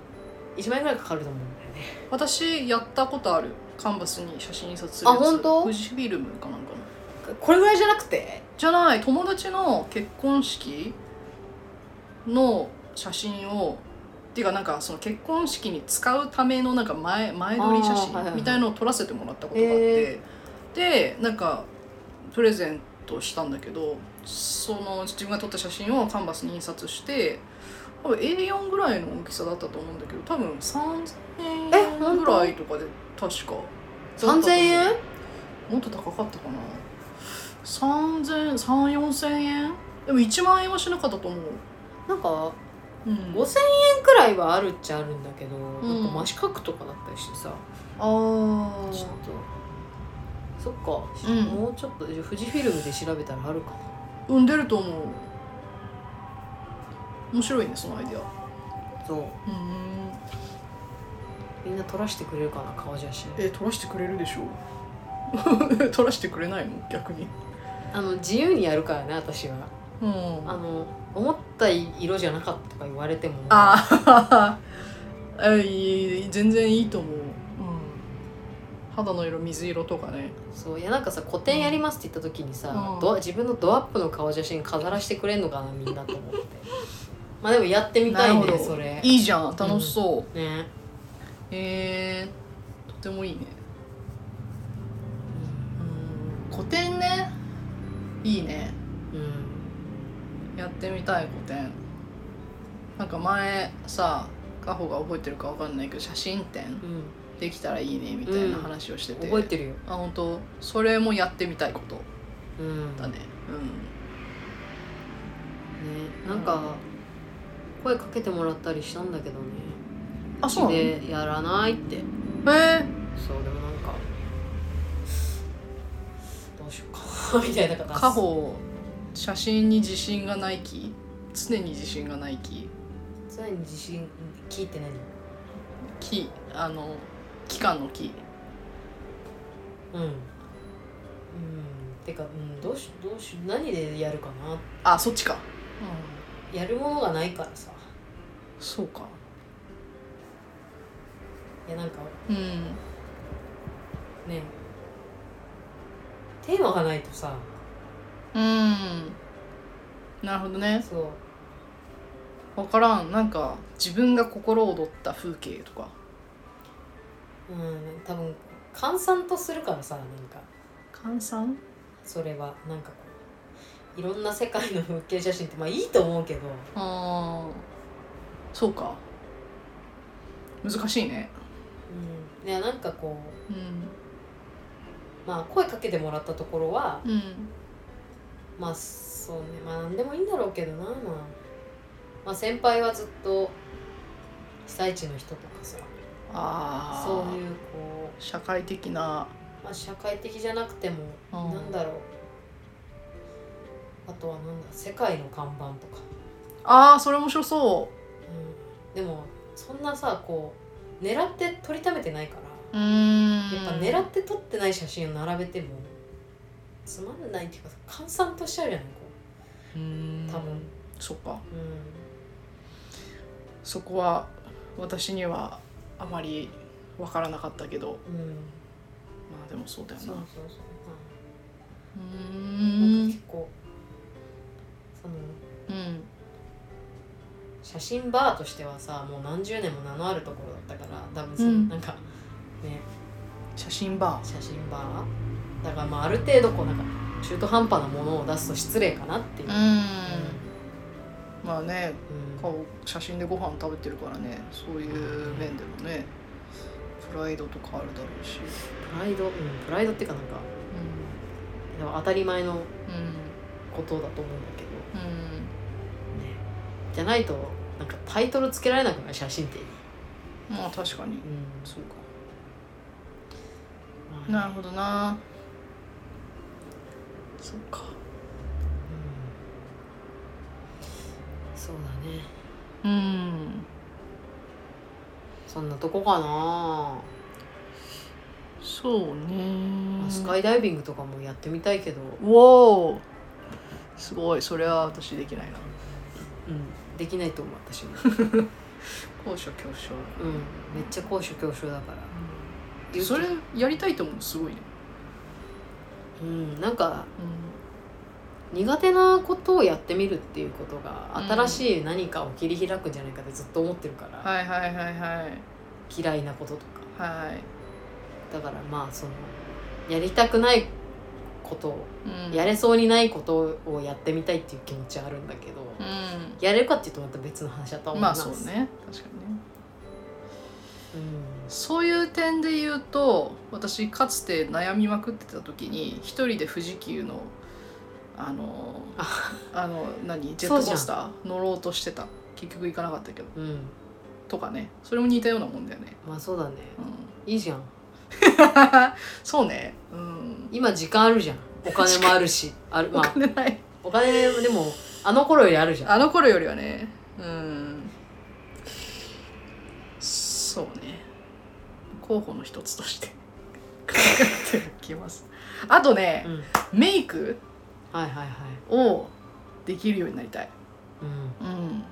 S3: 1万円ぐらいかかると思うんだよね
S2: 私やったことあるカンバスに写真印刷するやつ
S3: あ本当
S2: 富士フィルムかなんかの
S3: これぐらいじゃなくて
S2: じゃない友達の結婚式の写真をっていうかなんかその結婚式に使うためのなんか前前撮り写
S3: あーはいはいは
S2: 真
S3: い
S2: みたいのを撮らせてもらったことがあって、でなんかプレゼントしたんだけどその自分が撮った写真をカンバスに印刷して多分 A4 ぐらいの大きさだったと思うんだけど多分3000
S3: え
S2: 円
S3: 本当
S2: ぐらいとかで確か
S3: 3000円
S2: もっと高かったかな30003000円でも1万円はしなかったと思う、
S3: なんか
S2: うん、
S3: 5000円くらいはあるっちゃあるんだけど、
S2: ん
S3: なんか真四角とかだったりしてさ
S2: あー
S3: ちょっとそっか、
S2: うん
S3: もうちょっとじゃあ富士フィルムで調べたらあるかな
S2: うん出ると思う面白いねそのアイデア
S3: そう
S2: うん
S3: みんな撮らせてくれるかな顔写真
S2: え取らしてくれるでしょ 取らしてくれないの逆に
S3: あの自由にやるからね私は
S2: うん
S3: あの思った色じゃなかったとか言われても
S2: ああいい全然いいと思う、うん、肌の色水色とかね
S3: そういやなんかさ個展やりますって言った時にさ、
S2: うん
S3: ドア自分のドアップの顔写真飾らせてくれんのかなみんなと思ってまあでもやってみたい
S2: なる
S3: ね
S2: ほど
S3: それ
S2: いいじゃん楽しそう、
S3: ね、
S2: へえとてもいいねうん古典ねいいね
S3: うん、
S2: やってみたい古典なんか前さカホが覚えてるかわかんないけど写真展
S3: うん、
S2: できたらいいねみたいな話をしてて、
S3: 覚えてるよ、
S2: あ本当それもやってみたいこと
S3: うん、
S2: だね
S3: ねなんか声かけてもらったりしたんだけどね
S2: あそうなの
S3: でやらないって
S2: うんえ
S3: そうでもなんかどうしようかみたいな
S2: ー、
S3: 形
S2: カホ写真に自信がないき常に自信がないき
S3: 常に自信聞いて何
S2: きあの期間のき
S3: うんうんてか、うん、どうしどうし何でやるかな
S2: あそっちか、
S3: やるものがないからさ
S2: そうか
S3: いやなんか
S2: うん
S3: ねテーマがないとさ
S2: うんなるほどね
S3: そう
S2: 分からんなんか自分が心躍った風景とか
S3: うん多分閑散とするからさなんか
S2: 換算
S3: それはなんかこういろんな世界の風景写真ってまあいいと思うけど
S2: あーそうか難しいね
S3: うんいやなんかこう
S2: うん
S3: まあ声かけてもらったところは
S2: うん
S3: まあそうねまあ何でもいいんだろうけどなまあ、まあ、先輩はずっと被災地の人とかさ
S2: ああ
S3: そういうこ
S2: 社会的な
S3: う、まあ、社会的じゃなくても
S2: うん
S3: なんだろうあとはなんだ世界の看板とか、
S2: ああそれ面白そ
S3: うん、でもそんなさこう狙って撮りためてないから
S2: ううーん
S3: やっぱ狙って撮ってない写真を並べてもつまんないっていうか閑散としちゃうじゃないこ
S2: うーん
S3: う多分、うん
S2: そっかそこは私にはあまり分からなかったけど
S3: うん、
S2: まあでもそうだよ
S3: そう
S2: な
S3: そう
S2: う
S3: そう、
S2: ー
S3: うんなん
S2: ん
S3: か結構その
S2: うん
S3: 写真バーとしてはさもう何十年も名のあるところだったから多分その、
S2: うん
S3: なんかね
S2: 写真バ
S3: 写真バーだからまあある程度こうなんか中途半端なものを出すと失礼かなっていう、
S2: ーう
S3: うん
S2: んまあね
S3: うん
S2: 顔写真でご飯食べてるからねそういう面でもねプライドとかあるだろうし
S3: プライド、うん、プライドっていうかなんかでも当たり前の
S2: うん
S3: ことだと思うんだけど
S2: うんうん
S3: ねじゃないとなんかタイトルつけられなくない写真って、
S2: まあ確かにそうか
S3: まあ
S2: なるほどなそっか
S3: うんそうだね
S2: うん
S3: そんなとこかな、
S2: そうね
S3: スカイダイビングとかもやってみたいけど、
S2: おーすごいそれは私できないな
S3: うん、できないと思う私も、
S2: 高所恐怖症
S3: うん、めっちゃ高所恐怖症だから
S2: それやりたいと思うのすごいね
S3: うんなんか苦手なことをやってみるっていうことが
S2: うん
S3: 新しい何かを切り開くんじゃないかってずっと思ってるから、
S2: はいはいはいはい
S3: 嫌いなこととか
S2: はい
S3: だからまあそのやりたくないこことを
S2: うん
S3: やれそうにないことをやってみたいっていう気持ちはあるんだけど、
S2: う
S3: やれるかっていうとまた別の話だとは
S2: ん
S3: 思い
S2: まあ
S3: ます、
S2: そうね確かにね
S3: うん
S2: そういう点で言うと私かつて悩みまくってた時に一人で富士急のあのあの何ジェットコースター乗ろうとしてた結局行かなかったけど
S3: うん
S2: とかねそれも似たようなもんだよね、
S3: まあそうだね
S2: うん、
S3: いいじゃん
S2: そうねうん
S3: 今時間あるじゃんお金もある しある
S2: お
S3: まあ
S2: 金ない
S3: お金でもあの頃よりあるじゃん
S2: あの頃よりはねうんそうね候補の一つとして 考えておきますあとね
S3: うん
S2: メイク
S3: はいはいはい
S2: をできるようになりたい、
S3: うん
S2: うん、っ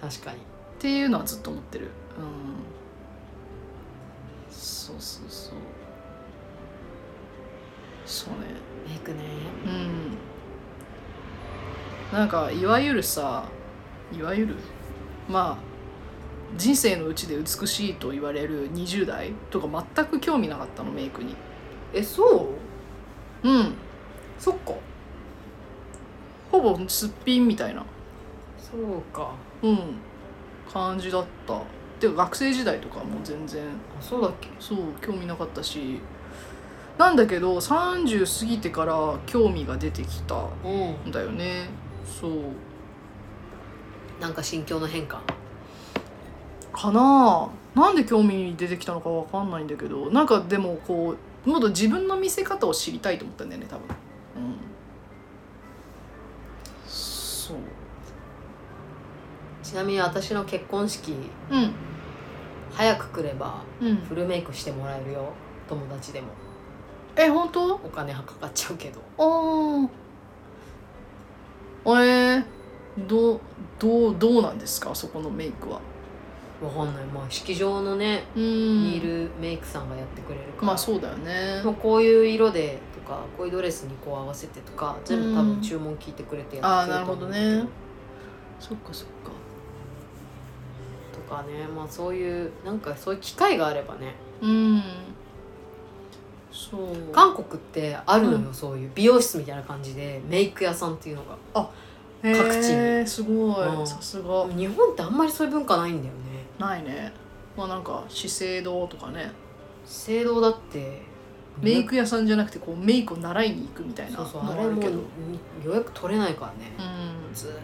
S3: 確かに
S2: ていうのはずっと思ってる、うん、そうそうそうそうね
S3: メイクね
S2: うんなんかいわゆるさいわゆるまあ人生のうちで美しいと言われる20代とか全く興味なかったのメイクに
S3: えそう
S2: うん
S3: そっか
S2: ほぼすっぴんみたいな
S3: そうか
S2: うん感じだったてか学生時代とかも全然
S3: あそうだっけ
S2: そう興味なかったしなんだけど30過ぎてから興味が出てきたん
S3: うん
S2: だよねそう
S3: なんか心境の変化
S2: かなあなんで興味出てきたのかわかんないんだけどなんかでもこうもっと自分の見せ方を知りたいと思ったんだよね多分うんそう
S3: ちなみに私の結婚式
S2: うん
S3: 早く来れば
S2: うん
S3: フルメイクしてもらえるよ友達でも
S2: え本当
S3: お金はかかっちゃうけど
S2: ああえー、どうどうどうなんですかそこのメイクは
S3: わかんないまあ式場のね
S2: う
S3: にい
S2: ん
S3: るメイクさんがやってくれるから、
S2: まあそうだよね
S3: でもこういう色でとかこういうドレスにこう合わせてとか全部多
S2: うん
S3: 分注文聞いてくれてやってくれると思うんだけ
S2: あーなるほどねそっかそっか
S3: とかねまあそういうなんかそういう機会があればね
S2: うんそう
S3: 韓国ってあるのよ、
S2: う
S3: そういう美容室みたいな感じでメイク屋さんっていうのが
S2: へー
S3: 各地
S2: すご
S3: う
S2: い
S3: ん
S2: さすが
S3: 日本ってあんまりそういう文化ないんだよね
S2: ないねまあなんか資生堂とかね
S3: 資生堂だって
S2: メイク屋さんじゃなくてこうメイクを習いに行くみたいな
S3: そうそう
S2: の
S3: あ
S2: が
S3: れ
S2: ある
S3: も
S2: け
S3: う
S2: ど
S3: 予約取れないからね、
S2: うん
S3: ずーっ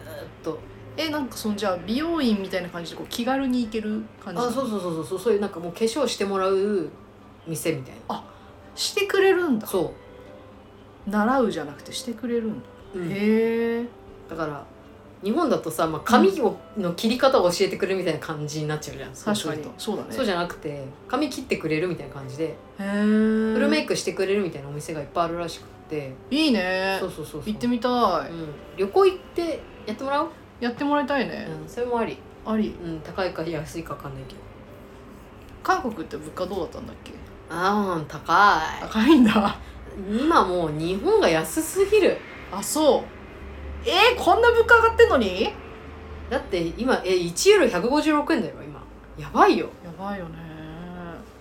S3: と
S2: えなんかそのじゃあ美容院みたいな感じでこう気軽に行ける感じ
S3: あそうそうそうそうそうそういうなんかもう化粧してもらう店みたいな
S2: してくれるんだ
S3: そ
S2: 習うじゃなくてしてくれるんだ、
S3: う、うん
S2: へえ
S3: だから日本だとさ、まあ、髪をの切り方を教えてくれるみたいな感じになっちゃうじゃんそう
S2: 確
S3: す
S2: か
S3: る
S2: に
S3: と
S2: そうだね
S3: そうじゃなくて髪切ってくれるみたいな感じで
S2: へえ
S3: フルメイ
S2: ク
S3: クしてくれるみたいなお店がいっぱいあるらしくて、
S2: いいね
S3: そうそうそうそう
S2: 行ってみたい、
S3: うん、旅行行ってやってもらおう、
S2: やってもらいたいね、
S3: うん、それもあり、
S2: あり
S3: うん、高いか安いか分かんないけど
S2: 韓国って物価どうだったんだっけ
S3: ああ高
S2: 高いんだ
S3: い今もう日本が安すぎる
S2: あそうえー、こんな物価上がってんのにや
S3: だって今え1ユーロ156円だよ今やばいよ
S2: ばいよね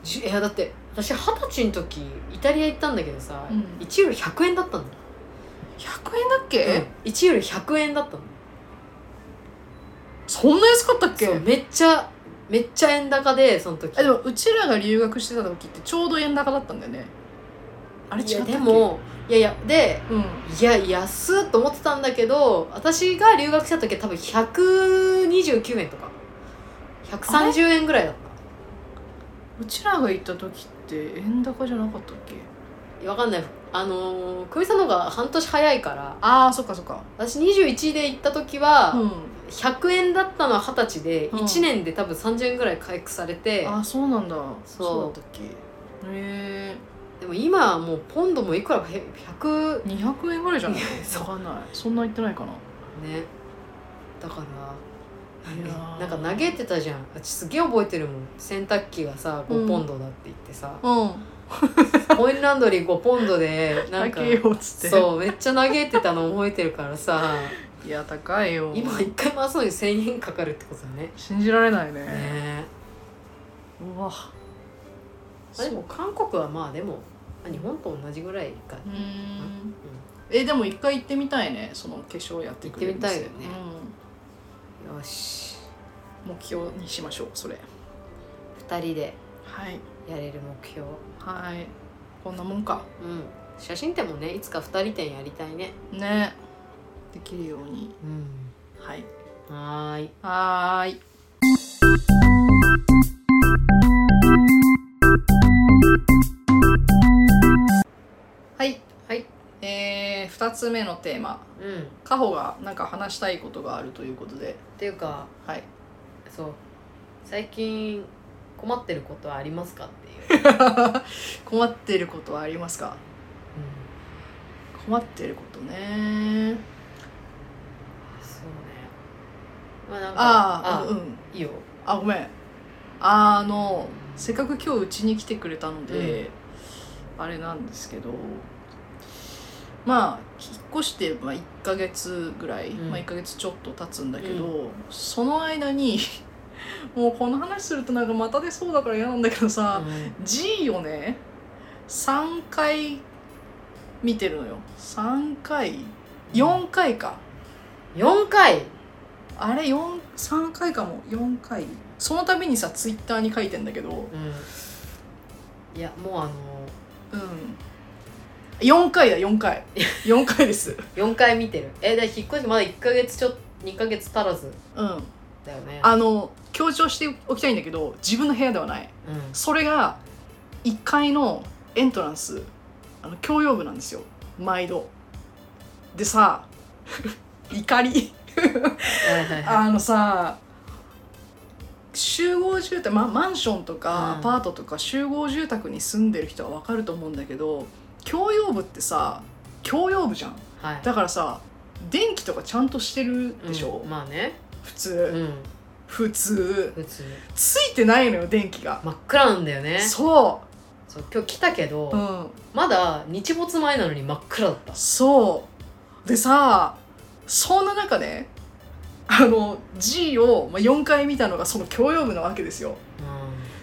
S3: じいやだって私二十歳の時イタリア行ったんだけどさ、
S2: うん
S3: 1ユーロ100円だったんだよ
S2: 100円だっけ、
S3: うん、1ユーロ100円だったの
S2: そんな安かったっけ
S3: そうめっちゃめっちゃ円高でその時
S2: えでもうちらが留学してた時ってちょうど円高だったんだよねあれ
S3: い
S2: 違った
S3: や
S2: っけ
S3: でもいやいやで
S2: うん
S3: いや安っと思ってたんだけど私が留学した時は多分129円とか130円ぐらいだっ
S2: うちらが行った時って円高じゃなかったっけ
S3: たいやわかんないあのー久美さんの方が半年早いから
S2: ああそっかそっか
S3: 私21で行った時は、
S2: うん
S3: 100円だったのは二十歳で、
S2: うん
S3: 1年で多分30円ぐらい回復されて
S2: あそうなんだ
S3: そう
S2: だったっけへえ
S3: でも今はもうポンドもいくらかへ100
S2: 200円ぐらいじゃない
S3: そう
S2: わかんない そんな言ってないかな
S3: ねだから
S2: いやー
S3: なんか嘆いてたじゃん私すげえ覚えてるもん洗濯機がさ
S2: うん
S3: 5ポンドだって言ってさ、
S2: う
S3: コインランドリー5ポンドで なん
S2: ん
S3: か
S2: 高いよっつって
S3: そうめっちゃ嘆いてたの覚えてるから さ
S2: いや高いよ
S3: 今一回回すのに1,000円かかるってことだね
S2: 信じられないね
S3: ね
S2: うわ
S3: あでも韓国はまあでもあ日本と同じぐらいか、
S2: う
S3: うん
S2: んえでも一回行ってみたいねその化粧やってくれる店
S3: 行ってみたいよねよし
S2: うん、目標にしましょうそれ
S3: 2人で
S2: はい
S3: やれる目標
S2: はいこんなもんか
S3: うん写真展もねいつか2人展やりたいね
S2: ねできるように
S3: うん
S2: はい
S3: はーい
S2: はーいはい
S3: はい
S2: えー、2つ目のテーマ
S3: うんっ
S2: カホがなんか話したいことがあるということで
S3: ていうか
S2: はい
S3: そう最近困ってることはありますかっていう、
S2: 困ってることはありますか困ってることね
S3: そうねまあなんか
S2: ああうん
S3: いいよ
S2: あごめんあのせっかく今日うちに来てくれたので、あれなんですけどまあ引っ越して、まあ、1ヶ月ぐらい、
S3: うん
S2: まあ、1ヶ月ちょっと経つんだけど、その間に もうこの話するとなんかまた出そうだから嫌なんだけどさ、G をね3回見てるのよ3回4回か
S3: 4回
S2: あれ4 3回かも4回その度にさツイッターに書いてんだけど
S3: うんいやもうあの
S2: うん4回だ4回4回です
S3: 4回見てるえで引っ越してまだ1か月ちょっ2か月足らず
S2: うん
S3: だよね
S2: あの強調しておきたいんだけど自分の部屋ではない
S3: うん
S2: それが1階のエントランスあの共用部なんですよ毎度でさ 怒り
S3: はいはい はい
S2: あのさ集合住宅、ま、マンションとか
S3: うん
S2: アパートとか集合住宅に住んでる人は分かると思うんだけど共用部ってさ共用部じゃん
S3: はい
S2: だからさ電気とかちゃんとしてるでしょ、
S3: うんまあね
S2: 普
S3: う
S2: 通、
S3: ん
S2: 普通
S3: 普通
S2: ついてないのよ電気が、
S3: 真っ暗なんだよね
S2: そ
S3: そう今日来たけど、
S2: ううん
S3: まだ日没前なのに真っ暗だった
S2: そうでさそんな中ねあの G をまあ4回見たのがその共用部なわけですよ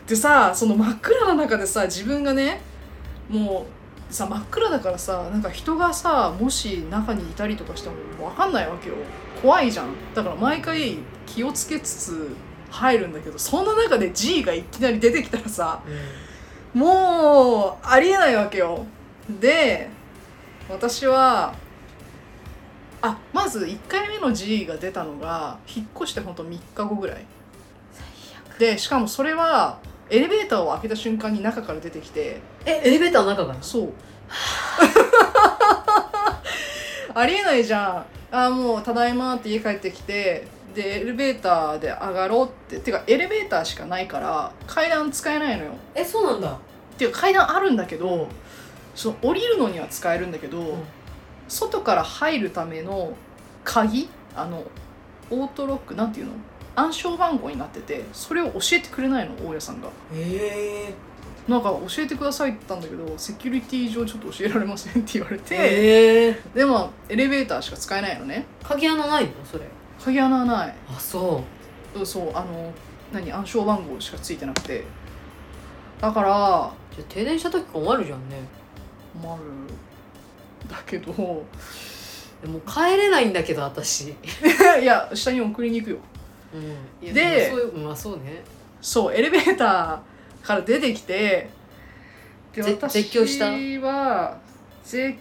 S3: う
S2: でさその真っ暗な中でさ自分がねもうさ真っ暗だからさなんか人がさもし中にいたりとかしても分かんないわけよ怖いじゃんだから毎回気をつけつつ入るんだけどそんな中で G がいきなり出てきたらさ
S3: ん、うん
S2: もうありえないわけよで私はあまず1回目の G が出たのが引っ越してほんと3日後ぐらいでしかもそれはエレベーターを開けた瞬間に中から出てきて
S3: えエレベーターの中が
S2: そうありえないじゃんあもうただいまって家帰ってきてでエレベーターで上がろうっててかエレベーターしかないから階段使えないのよ
S3: えそうなんだ
S2: っていうか階段あるんだけどその降りるのには使えるんだけど、
S3: ん
S2: 外から入るための鍵あのオートロックなんていうの暗証番号になっててそれを教えてくれないの大家さんが
S3: ええ
S2: なんか教えてくださいって言ったんだけどセキュリティ上ちょっと教えられませんって言われて、
S3: ええ
S2: でもエレベーターしか使えないのね
S3: 鍵穴ないのそれ
S2: 鍵穴はない
S3: あそ
S2: うんそうあの何暗証番号しかついてなくてだから
S3: うじゃあ停電した時困るじゃんね
S2: 困るだけど
S3: でもう帰れないんだけど私
S2: いや下に送りに行くよ
S3: うんいや
S2: で
S3: もそういうまあそうね
S2: そうエレベーターから出てきてで
S3: ぜ絶叫した
S2: 私は絶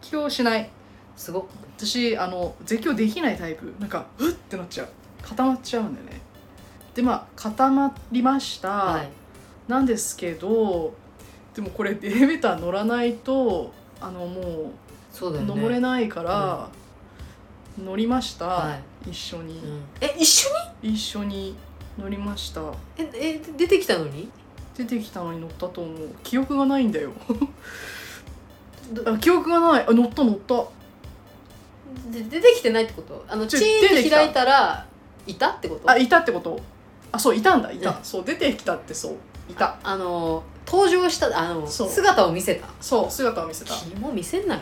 S2: 叫しない
S3: すごっ
S2: 私あの絶叫できないタイプなんかうっってなっちゃう固まっちゃうんだよねでまあ固まりました、
S3: はい
S2: なんですけどでもこれエレベーター乗らないとあのも
S3: そうだ
S2: う
S3: よね
S2: 登れないから、乗りました、
S3: は
S2: 一緒
S3: い、
S2: に
S3: う、ん、え一緒に
S2: 一緒に乗りました
S3: ええ出てきたのに
S2: 出てきたのに乗ったと思う記憶がないんだよ
S3: ど
S2: あ記憶がないあ乗った乗った
S3: で出てきてないってことあの
S2: ち
S3: チ
S2: ょ
S3: ーン
S2: 出
S3: ってて
S2: きた
S3: 開いたらいたってこと
S2: あいたってことあそういたんだいた、
S3: う
S2: そう出てきたってそういた
S3: あの登場したあの
S2: そう
S3: 姿を見せた
S2: そう姿を見せた
S3: も見せんな よ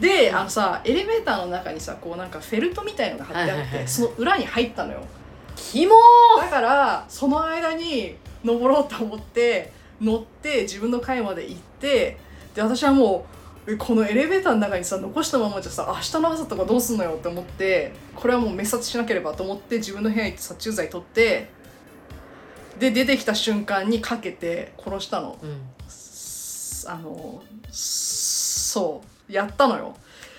S2: で
S3: うん
S2: あのさエレベーターの中にさこうなんかフェルトみたいのが貼ってあって、
S3: はいはいはい
S2: その裏に入ったのよ
S3: キモ
S2: だからその間に登ろうと思って乗って自分の階まで行ってで私はもうえこのエレベーターの中にさ残したままじゃさ明日の朝とかどうすんのよって思ってこれはもう滅殺しなければと思って自分の部屋行って殺虫剤取ってで出てきた瞬間にかけて殺したの。
S3: うん
S2: すあのそうやったのよ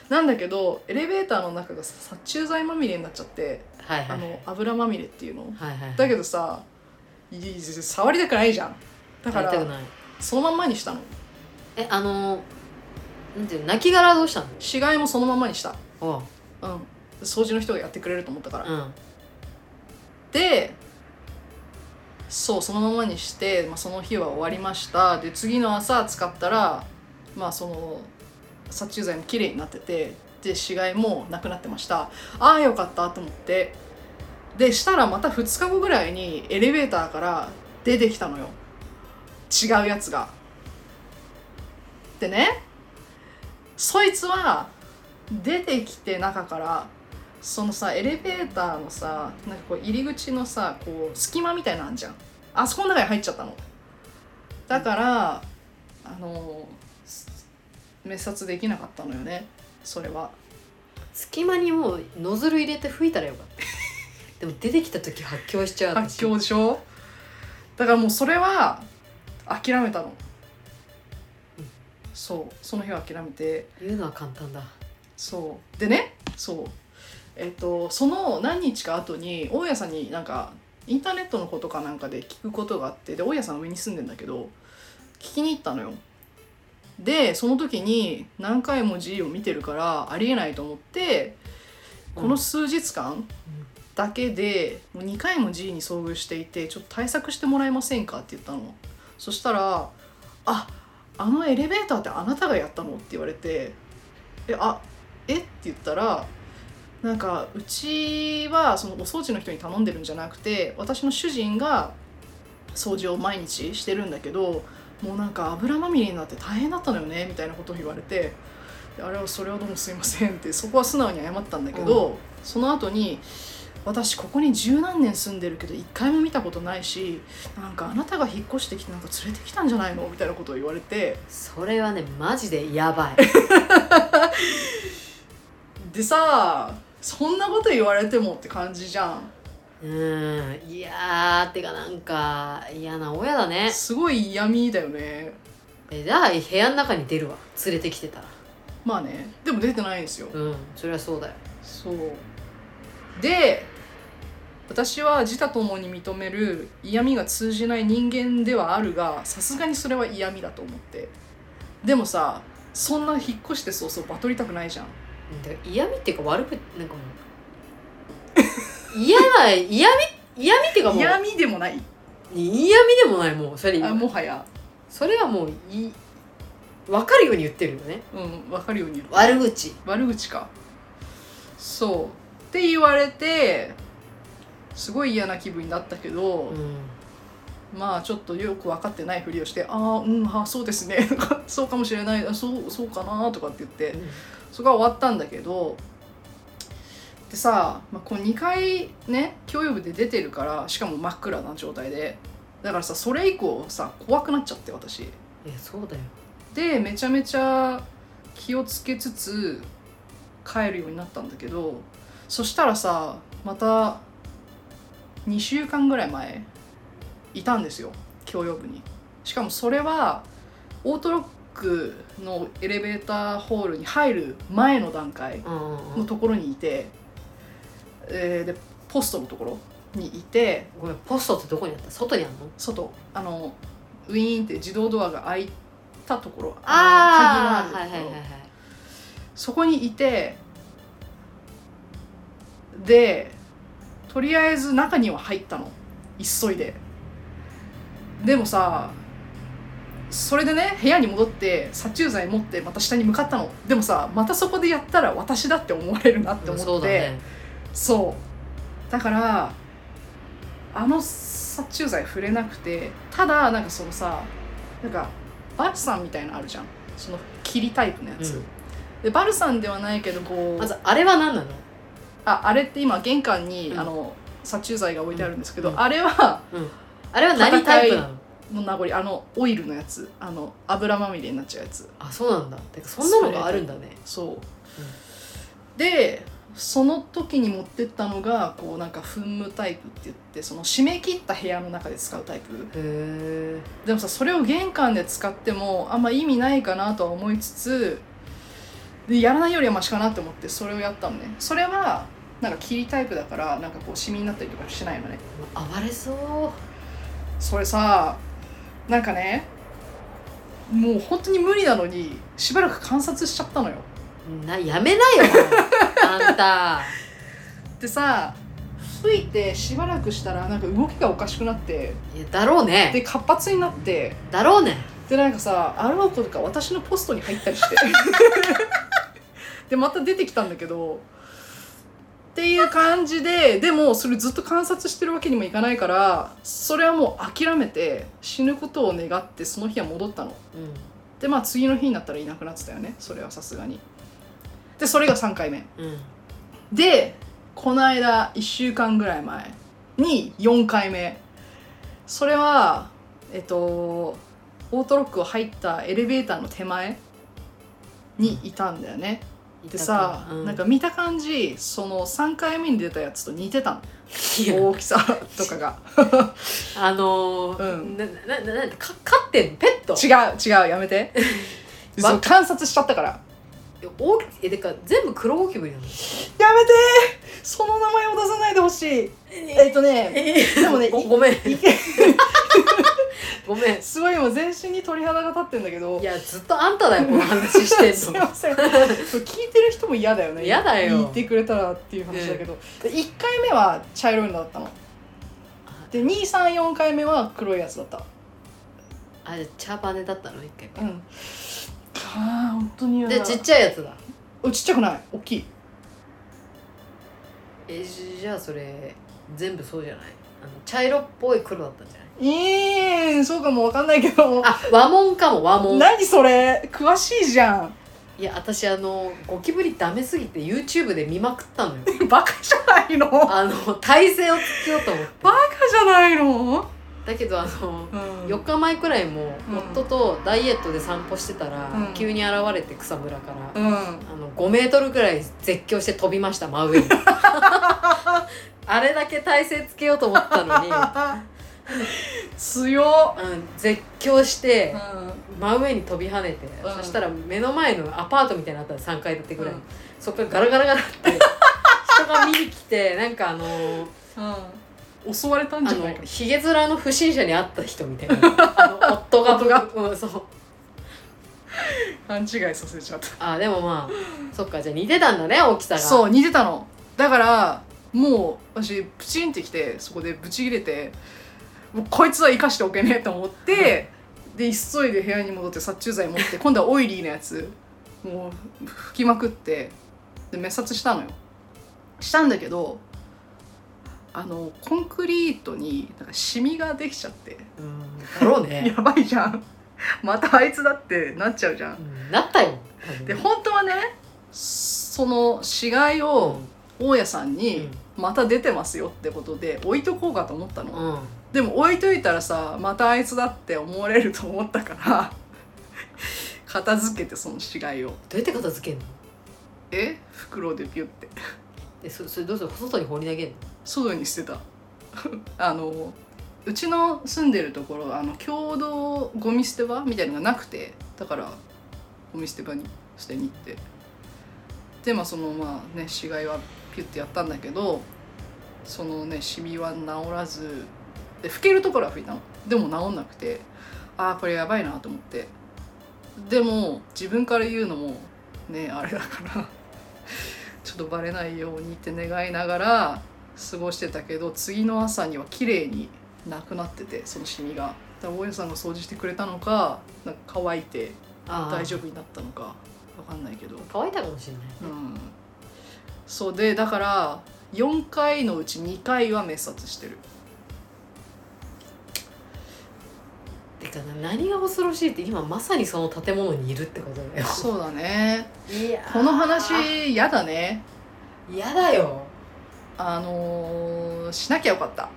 S2: なんだけどエレベーターの中がさ殺虫剤まみれになっちゃって
S3: はいは
S2: あ
S3: い
S2: の油まみれっていうの
S3: はいはい
S2: だけどさいい触りたくないじゃんだか
S3: やりたく
S2: ら
S3: ない
S2: そのまんまにしたの
S3: えあのなんていうの泣き殻はどうしたの
S2: 死骸もそのまんまにした
S3: おう
S2: うん掃除の人がやってくれると思ったから、
S3: うん
S2: でそうそのままにして、まあ、その日は終わりましたで次の朝使ったらまあその殺虫剤も綺麗になっててで死骸もなくなってましたああよかったと思ってでしたらまた2日後ぐらいにエレベーターから出てきたのよ違うやつがでねそいつは出てきて中からそのさエレベーターのさなんかこう入り口のさこう隙間みたいなのあんじゃんあそこの中に入っちゃったのだからあのす滅殺できなかったのよねそれは
S3: 隙間にもうノズル入れて吹いたらよ かったでも出てきた時発狂しちゃう
S2: 発狂でしょだからもうそれは諦めたの
S3: うん
S2: そうその日は諦めて
S3: 私言うのは簡単だ
S2: そうでねそうえっ、とその何日か後に大家さんになんかインターネットのことかなんかで聞くことがあってで大家さん上に住んでんだけど聞きに行ったのよでその時に何回も G を見てるからありえないと思ってこの数日間だけでもう2回も G に遭遇していてちょっと対策してもらえませんかって言ったのそしたら「ああのエレベーターってあなたがやったの?」って言われて「えあえっ?」て言ったらなんかうちはそのお掃除の人に頼んでるんじゃなくて私の主人が掃除を毎日してるんだけどもうなんか油まみれになって大変だったのよねみたいなことを言われてであれはそれはどうもすいませんってそこは素直に謝ったんだけど、その後に私ここに十何年住んでるけど一回も見たことないしなんかあなたが引っ越してきてなんか連れてきたんじゃないのみたいなことを言われて
S3: それはねマジでやばい
S2: でさそんなこと言われてもって感じじゃん
S3: うんいやーてかなんか嫌な親だね
S2: すごい嫌味だよね
S3: えじゃあ部屋の中に出るわ連れてきてたら
S2: まあねでも出てないんですよ
S3: うんそれはそうだよ
S2: そうで私は自他共に認める嫌味が通じない人間ではあるがさすがにそれは嫌味だと思ってでもさそんな引っ越して早々バトりたくないじゃん
S3: だから嫌味っていうか悪くなんかもう嫌な嫌味嫌味っていうかもう
S2: 嫌味でもない
S3: 嫌味でもないもうそれ
S2: あもはや
S3: それはもういい分かるように言ってるよね
S2: うん分かるように言う
S3: 悪口
S2: 悪口かそうって言われてすごい嫌な気分になったけど、
S3: うん
S2: まあちょっとよく分かってないふりをして「ああうんあーそうですね」とか「そうかもしれないあそうそうかな」とかって言ってそこは終わったんだけどでさ、まあ、こう2回ね共用部で出てるからしかも真っ暗な状態でだからさそれ以降さ怖くなっちゃって私。
S3: いやそうだよ
S2: でめちゃめちゃ気をつけつつ帰るようになったんだけどそしたらさまた2週間ぐらい前いたんですよ共用部にしかもそれはオートロックのエレベーターホールに入る前の段階
S3: うんうんう
S2: の
S3: ん
S2: ところにいて、えーでポストのところにいて
S3: ごめんポストってどこにあった外にあんの
S2: 外あのウィーンって自動ドアが開いたところの
S3: ー
S2: 鍵のあるところ、
S3: はいはいはいはい
S2: そこにいてでとりあえず中には入ったの急いででもさそれでね部屋に戻って殺虫剤持ってまた下に向かったのでもさまたそこでやったら私だって思われるなって思
S3: うん
S2: って、
S3: そうだね
S2: そうだからあの殺虫剤触れなくてただなんかそのさなんかバルサンみたいなのあるじゃんその霧タイプのやつ、
S3: うん
S2: でバルサンではないけどこう、
S3: まずあれは何なの
S2: ああれって今玄関に、
S3: うん
S2: あの殺虫剤が置いてあるんですけど、
S3: うん
S2: あれは
S3: あれは何タイプなの
S2: の名残あのオイルのやつあの油まみれになっちゃうやつ
S3: あそうなんだてかそんなのがあるんだね
S2: そう、でその時に持ってったのがこうなんか噴霧タイプって言ってその締め切った部屋の中で使うタイプ
S3: へえ
S2: でもさそれを玄関で使ってもあんま意味ないかなとは思いつつでやらないよりはマシかなって思ってそれをやったのねそれはなんか霧タイプだからなんかこうシミになったりとかしないのね
S3: 暴れそう
S2: それさなんかねもう本当に無理なのにしばらく観察しちゃったのよ
S3: な やめなよあんた
S2: でさ吹いてしばらくしたらなんか動きがおかしくなって
S3: いやだろうね
S2: で活発になって
S3: だろうね
S2: でなんかさあろうことか私のポストに入ったりしてでまた出てきたんだけどっていう感じででもそれずっと観察してるわけにもいかないからそれはもう諦めて死ぬことを願ってその日は戻ったの
S3: う
S2: でまあ次の日になったらいなくなってたよねそれはさすがにでそれが3回目
S3: んうん
S2: でこの間1週間ぐらい前に4回目それはえっとオートロックを入ったエレベーターの手前にいたんだよね、でさ、
S3: う
S2: なんか見た感じその3回目に出たやつと似てたの
S3: いや
S2: 大きさとか が
S3: あのー
S2: うん
S3: ななななか飼ってんペット
S2: 違う違うやめてそう観察しちゃったから
S3: いや大きえてか全部黒ゴキブリなの
S2: やめてその名前を出さないでほしいえっとね
S3: で
S2: もね
S3: ごごめん
S2: い
S3: ごめん
S2: すごい今全身に鳥肌が立ってんだけど
S3: いやずっとあんただよこの話して
S2: す
S3: ん
S2: い
S3: の
S2: ません聞いてる人も嫌だよね
S3: 嫌だよ
S2: 言ってくれたらっていう話だけど、で1回目は茶色いのだったので234回目は黒いやつだった
S3: あじゃあチャーパネだったの一回
S2: うんあー本当に嫌だ
S3: でちっちゃいやつだ
S2: おちっちゃくない大きい
S3: えじゃあそれ全部そうじゃないあの茶色っぽい黒だったんじゃない
S2: えー、そうかもわかんないけど
S3: あ和紋かも和紋
S2: 何それ詳しいじゃん
S3: いや私あのゴキブリダメすぎて YouTube で見まくったのよ
S2: バカじゃないのバカ
S3: あの体勢をつけようと思って
S2: じゃないの、
S3: だけどあの
S2: うん
S3: 4日前くらいも
S2: うん
S3: 夫とダイエットで散歩してたら、
S2: うん
S3: 急に現れて草むらから、
S2: うん
S3: あの5メートルくらい絶叫して飛びました真 上にあれだけ体勢つけようと思ったのに、
S2: 強っ、
S3: うん、絶叫して
S2: うん
S3: 真上に飛び跳ねて、
S2: うん
S3: そしたら目の前のアパートみたいになのあったの3階建てぐらい、
S2: うん
S3: そっからガラガラガラって人が見に来てなんかあのー
S2: うん、襲われたん
S3: あ
S2: じゃない
S3: の
S2: かな
S3: ひげ面の不審者に会った人みたい なあの夫が
S2: 夫が
S3: うん、そう
S2: 勘違いさせちゃった
S3: あでもまあそっかじゃあ似てたんだね大きさが
S2: そう似てたのだからもう私プチンってきてそこでブチ切れてもうこいつは生かしておけねえと思って、で急いで部屋に戻って殺虫剤持って今度はオイリーのやつもう拭きまくってで滅殺したのよしたんだけどあのコンクリートになんかシミができちゃって
S3: うんだろうね
S2: や、ばいじゃんまたあいつだってなっちゃうじゃん
S3: うんなったよ多分
S2: で本当はねその死骸を大家さんに「また出てますよ」ってことで置いとこうかと思ったの、
S3: うん、うん
S2: でも置いといたらさまたあいつだって思われると思ったから片付けてその死骸を
S3: どうやって片付けんの
S2: え袋でピュって
S3: えそそれどうする外に放り投げんの
S2: 外に捨てた あのうちの住んでるところあの共同ゴミ捨て場みたいのがなくてだからゴミ捨て場に捨てに行ってでまあそのまあね死骸はピュッてやったんだけどそのねシミは治らずで拭けるところは拭いたのでも治んなくてああこれやばいなと思ってでも自分から言うのもねあれだから ちょっとバレないようにって願いながら過ごしてたけど次の朝には綺麗になくなっててそのシミがだから大家さんが掃除してくれたのかなんか乾いて
S3: あー
S2: 大丈夫になったのかわかんないけど、
S3: 乾いたかもしれない
S2: うん、そうでだから4回のうち2回は滅殺してる
S3: てかな何が恐ろしいって今まさにその建物にいるってことだよ
S2: そうだね
S3: いや
S2: この話嫌だね
S3: 嫌だよ
S2: あのーしなきゃよかった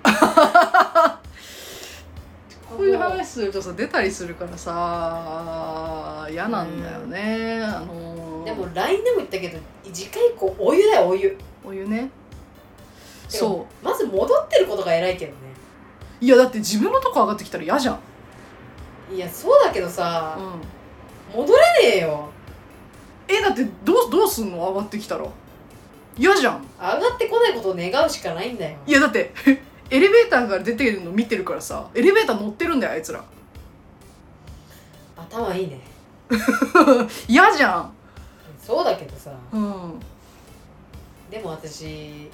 S2: こういう話するとさ出たりするからさ嫌なんだよね、あのー
S3: でも LINE でも言ったけど次回以降お湯だよお湯
S2: お湯ね
S3: てか
S2: そ
S3: まず戻ってることが偉いけどね
S2: ういやだって自分のとこ上がってきたら嫌じゃん、
S3: いやそうだけどさ、
S2: うん、
S3: 戻れねえよ
S2: えだってどうどうすんの上がってきたら嫌じゃん
S3: 上がってこないことを願うしかないんだよ
S2: いやだって エレベーターから出てるの見てるからさエレベーター乗ってるんだよあいつら
S3: 頭いいね
S2: 嫌じゃん
S3: そうだけどさ
S2: うん、うん
S3: でも私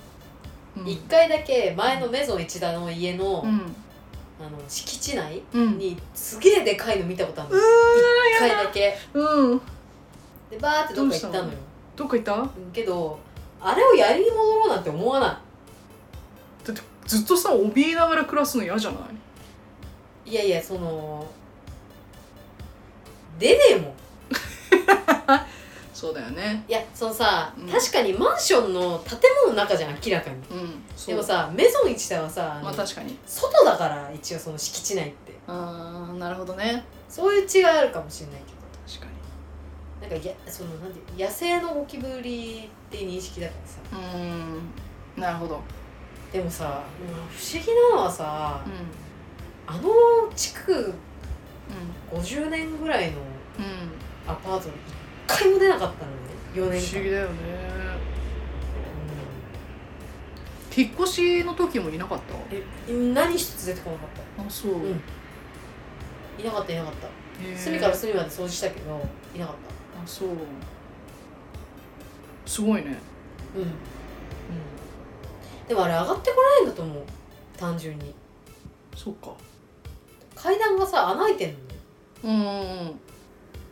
S3: 一、回だけ前のメゾン一田の家の,、
S2: うん
S3: あの敷地内
S2: うん
S3: にすげえでかいの見たことあるの
S2: う
S3: 一
S2: ー
S3: 回
S2: やだ
S3: だけ
S2: うん
S3: でバーってどっか行ったの
S2: どう
S3: よ
S2: どっか行っただ
S3: うんけどあれをやりに戻ろうなんて思わな
S2: ってずっとさ怯えながら暮らすの嫌じゃない
S3: いいやいやその出ねえもん
S2: そうだよね
S3: いやそのさ、
S2: うん
S3: 確かにマンションの建物の中じゃん明らかに
S2: うんそう
S3: でもさメゾン一田はさ、
S2: まあ確かに
S3: 外だから一応その敷地内って
S2: あーなるほどね
S3: そういう違いあるかもしれないけど
S2: 確か
S3: なんかやそのなんていう野生のゴキブリって認識だからさ
S2: にうーんなるほど
S3: でもさうん不思議なのはさ、
S2: うん
S3: あの地区50年ぐらいの
S2: うんうん
S3: アパートに一回も出なかったのね4
S2: 不
S3: 年
S2: 思
S3: 間、
S2: 議だよね
S3: う
S2: 引っ越しの時もいなかった
S3: んえ何一つ出てこなかった
S2: あそう、
S3: んいなかったいなかっ
S2: へー
S3: た隅から隅まで掃除したけどいなかっ
S2: あそうすごいね
S3: たうん、うん、でもあれ上がってこないんだと思う単純に
S2: そっか
S3: 階段がさ穴開いてんのね
S2: うんうんうん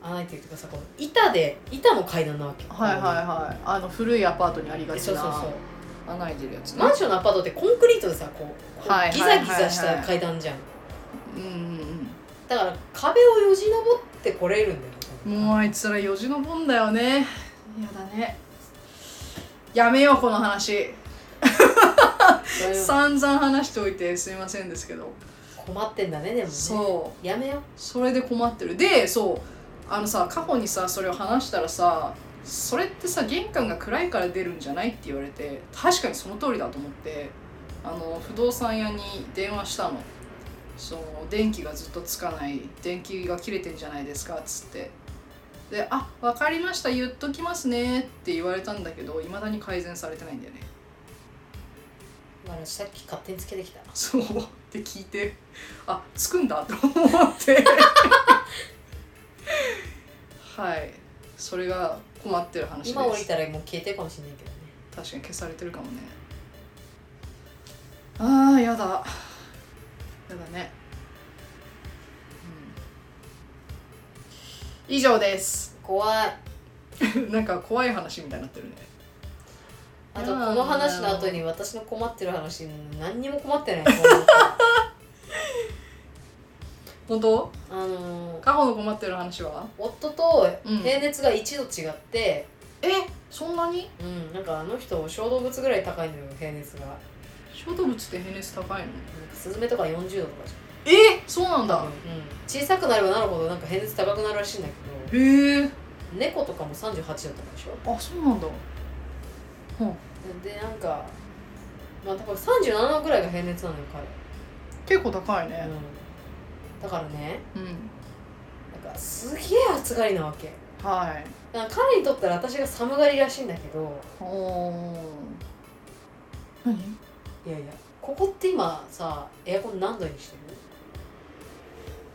S3: 穴開いてるっていうかさこの板で板の階段なわけ
S2: はいはいはいあの古いアパートにありがち
S3: そうそう
S2: な
S3: そう
S2: 穴開いてるやつね
S3: マンションのアパートってコンクリートでさこうこう
S2: はい
S3: ギ
S2: はいはい
S3: ザ
S2: はい
S3: ギザした階段じゃん
S2: うん
S3: だから壁をよじ登ってこれるんだよ
S2: うんうんもうあいつらよじ登んだよねやだねやめようこの話
S3: それは
S2: 散々話しておいてすいませんですけど
S3: 困ってんだねでもね
S2: そう
S3: やめよ
S2: それで困ってるでそうあのさ過去にさそれを話したらさそれってさ玄関が暗いから出るんじゃないって言われて確かにその通りだと思ってあの不動産屋に電話したのその電気がずっとつかない電気が切れてんじゃないですかっつってで「あわかりました言っときますね」って言われたんだけどいまだに改善されてないんだよね
S3: 私さっき勝手につけてきた
S2: そうって聞いてあつくんだと思ってはいそれが困ってる話です
S3: 今降りたらもう消えてるかもしれないけどね
S2: 確かに消されてるかもねあーやだやだね、うん、以上です
S3: 怖い
S2: なんか怖い話みたいになってるね
S3: あとこの話の後に私の困ってる話何にも困ってない
S2: 本当
S3: あのー
S2: 過去の困ってる話は
S3: 夫と
S2: うん
S3: 平熱が1度違って、
S2: えそんなに
S3: うん、なんかあの人小動物ぐらい高いのよ平熱がなんか
S2: 小動物って平熱高いの
S3: スズメとか40度とかじゃん
S2: えそうなんだ
S3: うん、小さくなればなるほどなんか偏熱高くなるらしいんだけど
S2: へえ
S3: 猫とかも38だったでしょ
S2: あそうなんだ
S3: でなんかまあだから37ぐらいが偏熱なのよ彼、
S2: 結構高いね
S3: うん、だからね
S2: うん、
S3: なんかすげえ暑がりなわけ
S2: はい
S3: だから彼にとったら私が寒がりらしいんだけど
S2: おお何
S3: いやいやここって今さエアコン何度にしてる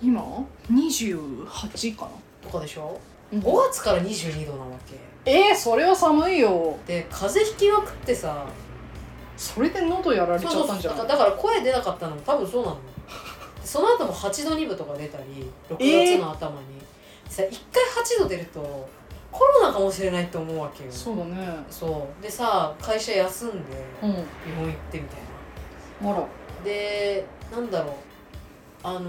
S2: 今28かな
S3: とかでしょ
S2: うん
S3: 5月から22度なわけ
S2: えー、それは寒いよ
S3: で風邪ひきまくってさ
S2: それで喉やられちゃ
S3: そ
S2: っ
S3: う
S2: た
S3: そうん
S2: じ
S3: だ
S2: ゃ
S3: か
S2: な
S3: ら
S2: い
S3: だから声出なかったのも多分そうなのよでその後も8度2分とか出たり6
S2: え
S3: 月
S2: ー
S3: の頭に、さ1回8度出るとコロナかもしれないって思うわけよ
S2: そうだね
S3: そうでさ会社休んで
S2: うん
S3: 病院行ってみたい
S2: あら
S3: なでなんだろうあのー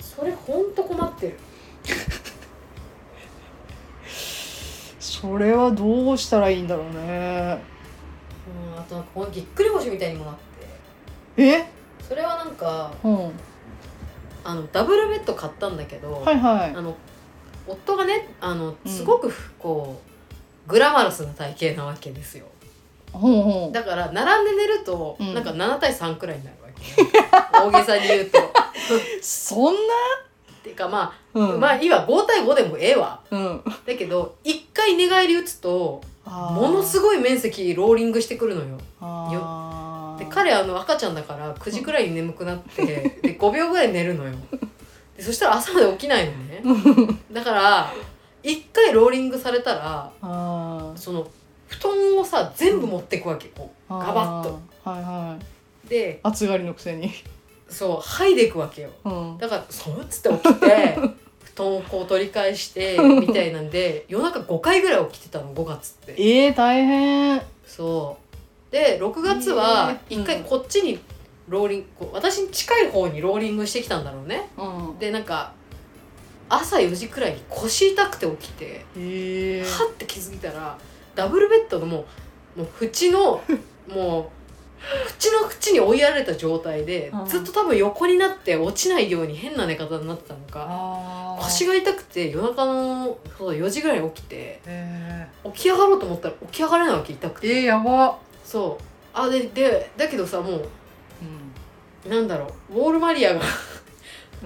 S3: それほんと困ってる
S2: それはどうしたらいいんだろうね
S3: うんあとなんかこのぎっくり腰みたいにもなって
S2: え
S3: それはなんか
S2: うん
S3: あのダブルベッド買ったんだけど、
S2: はいはい
S3: あの夫がねあの
S2: うん
S3: すごくこう、グラマラスな体型なわけですよ
S2: ほうほう
S3: だから並んで寝ると、
S2: うん
S3: なんか7対3くらいになるわけ、ね、 大げさに言うと。
S2: そんな
S3: てかま
S2: う
S3: あ、まあいいわ5対5でもええわ
S2: うん
S3: だけど一回寝返り打つとものす
S2: ご
S3: ごい面積ローリングしてくるの
S2: い
S3: よで彼あの赤ちゃんだから9時くらいに眠くなって で5秒ぐらい寝るのよでそしたら朝まで起きないのねだから一回ローリングされたら
S2: あー
S3: その布団をさ全部持ってくわけこう
S2: あー
S3: ガバッと
S2: はいはい
S3: で
S2: 暑がりのくせに
S3: そう剥いでいくわけよ
S2: うん
S3: だから「そう」っつって起き て布団をこう取り返してみたいなんで夜中5回ぐらい起きてたの5月って
S2: えー、大変
S3: そうで6月は
S2: えー
S3: 1回こっちにローリングこう私に近い方にローリングしてきたんだろうね
S2: うん
S3: でなんか朝4時くらいに腰痛くて起きて
S2: ええ
S3: はって気づいたらダブルベッドのもうもう 縁のもう縁の縁に追いやられた状態で
S2: うん
S3: ずっと多分横になって落ちないように変な寝方になってたのか
S2: あー
S3: 腰が痛くて夜中のそう4時ぐらいに起きて
S2: え
S3: 起き上がろうと思ったら起き上がれないわけ痛く
S2: ー、え
S3: て、
S2: ー、やば、
S3: そうあででだけどさも
S2: うん
S3: うなんだろうウォールマリア
S2: う
S3: が
S2: ん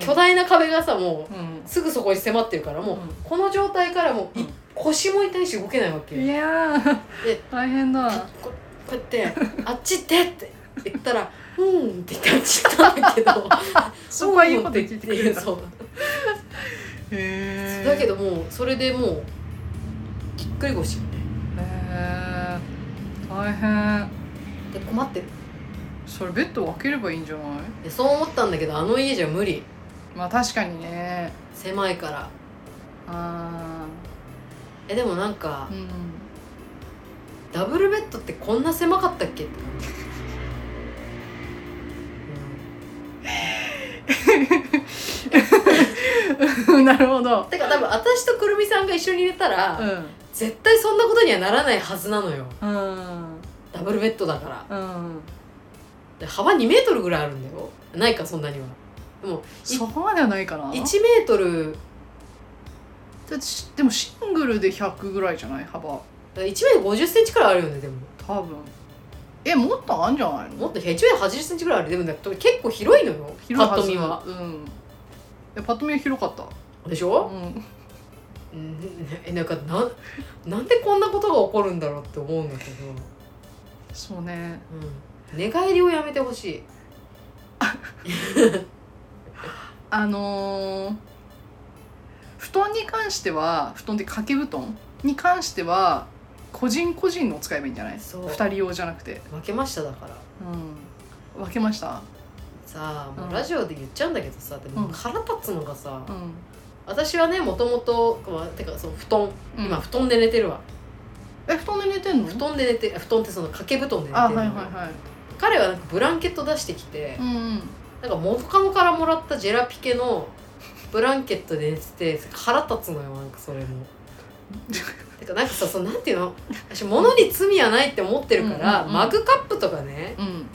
S3: 巨大な壁がさも
S2: うん
S3: うすぐそこに迫ってるからもう、
S2: うん
S3: この状態からもう、い
S2: うん
S3: 腰も痛いし動けないわけ
S2: いやー
S3: で
S2: 大変だ
S3: ここうやって「あっち行って」って言ったら「うん」って言ってあっち行ったんだけど
S2: そこはいいこと聞いてくれるんだ
S3: そう
S2: へえ
S3: だけ
S2: ど
S3: どもうそれでもうぎっくり腰みたい
S2: えー、大変
S3: なで困ってる
S2: それベッドを開ければいいんじゃない
S3: でそう思ったんだけどあの家じゃ無理
S2: まあ確かにね
S3: 狭いから
S2: あ
S3: えでもなん
S2: あ
S3: か
S2: うん
S3: ダブルベッドってこんな狭かったっけって感じ、
S2: なるほど
S3: うん、。てか多分私とくるみさんが一緒に寝たら、
S2: うん。
S3: 絶対そんなことにはならないはずなのよ
S2: うん。
S3: ダブルベッドだから
S2: うん。
S3: で幅2メートルぐらいあるんだよないかそんなにはでも
S2: そこまではないかな。
S3: 1メートル
S2: だってしでもシングルで100ぐらいじゃない幅。
S3: 1メートル50センチくらいあるよねでも
S2: 多分。え、もっとあんじゃない
S3: もっ
S2: の
S3: と1メートル80センチくらいあるでもね結構広いのよ
S2: 広い
S3: パッ
S2: ず
S3: と見は
S2: うん。え、パッと見は広かった。
S3: でしょ、
S2: うん。
S3: うんえなんかなんなんでこんなことが起こるんだろうって思うんだけど、
S2: そうね。
S3: うん、寝返りをやめてほしい
S2: あのー布団に関しては、布団で掛け布団に関しては、個人個人の使えばいいんじゃない
S3: そう
S2: 二人用じゃなくて。
S3: 負けましただから
S2: うん。分けました
S3: さあも
S2: う
S3: うんラジオで言っちゃうんだけどさでも
S2: うん
S3: 腹立つのがさ、
S2: うん。
S3: 私はねもともとまあてかその布団今
S2: うん、
S3: 布団で寝てるわ、
S2: え、布団で寝てんの
S3: 布団で寝て布団ってその掛け布団で寝てるの
S2: あ、はいはいはい。
S3: 彼はなんかブランケット出してきて、
S2: うんうん、
S3: なんか元カノからもらったジェラピケのブランケットで寝てて腹立つのよなんかそれも。てかなんかさそのなんていうの私物に罪はないって思ってるから、
S2: うんうんうん
S3: マグカップとかね
S2: うん、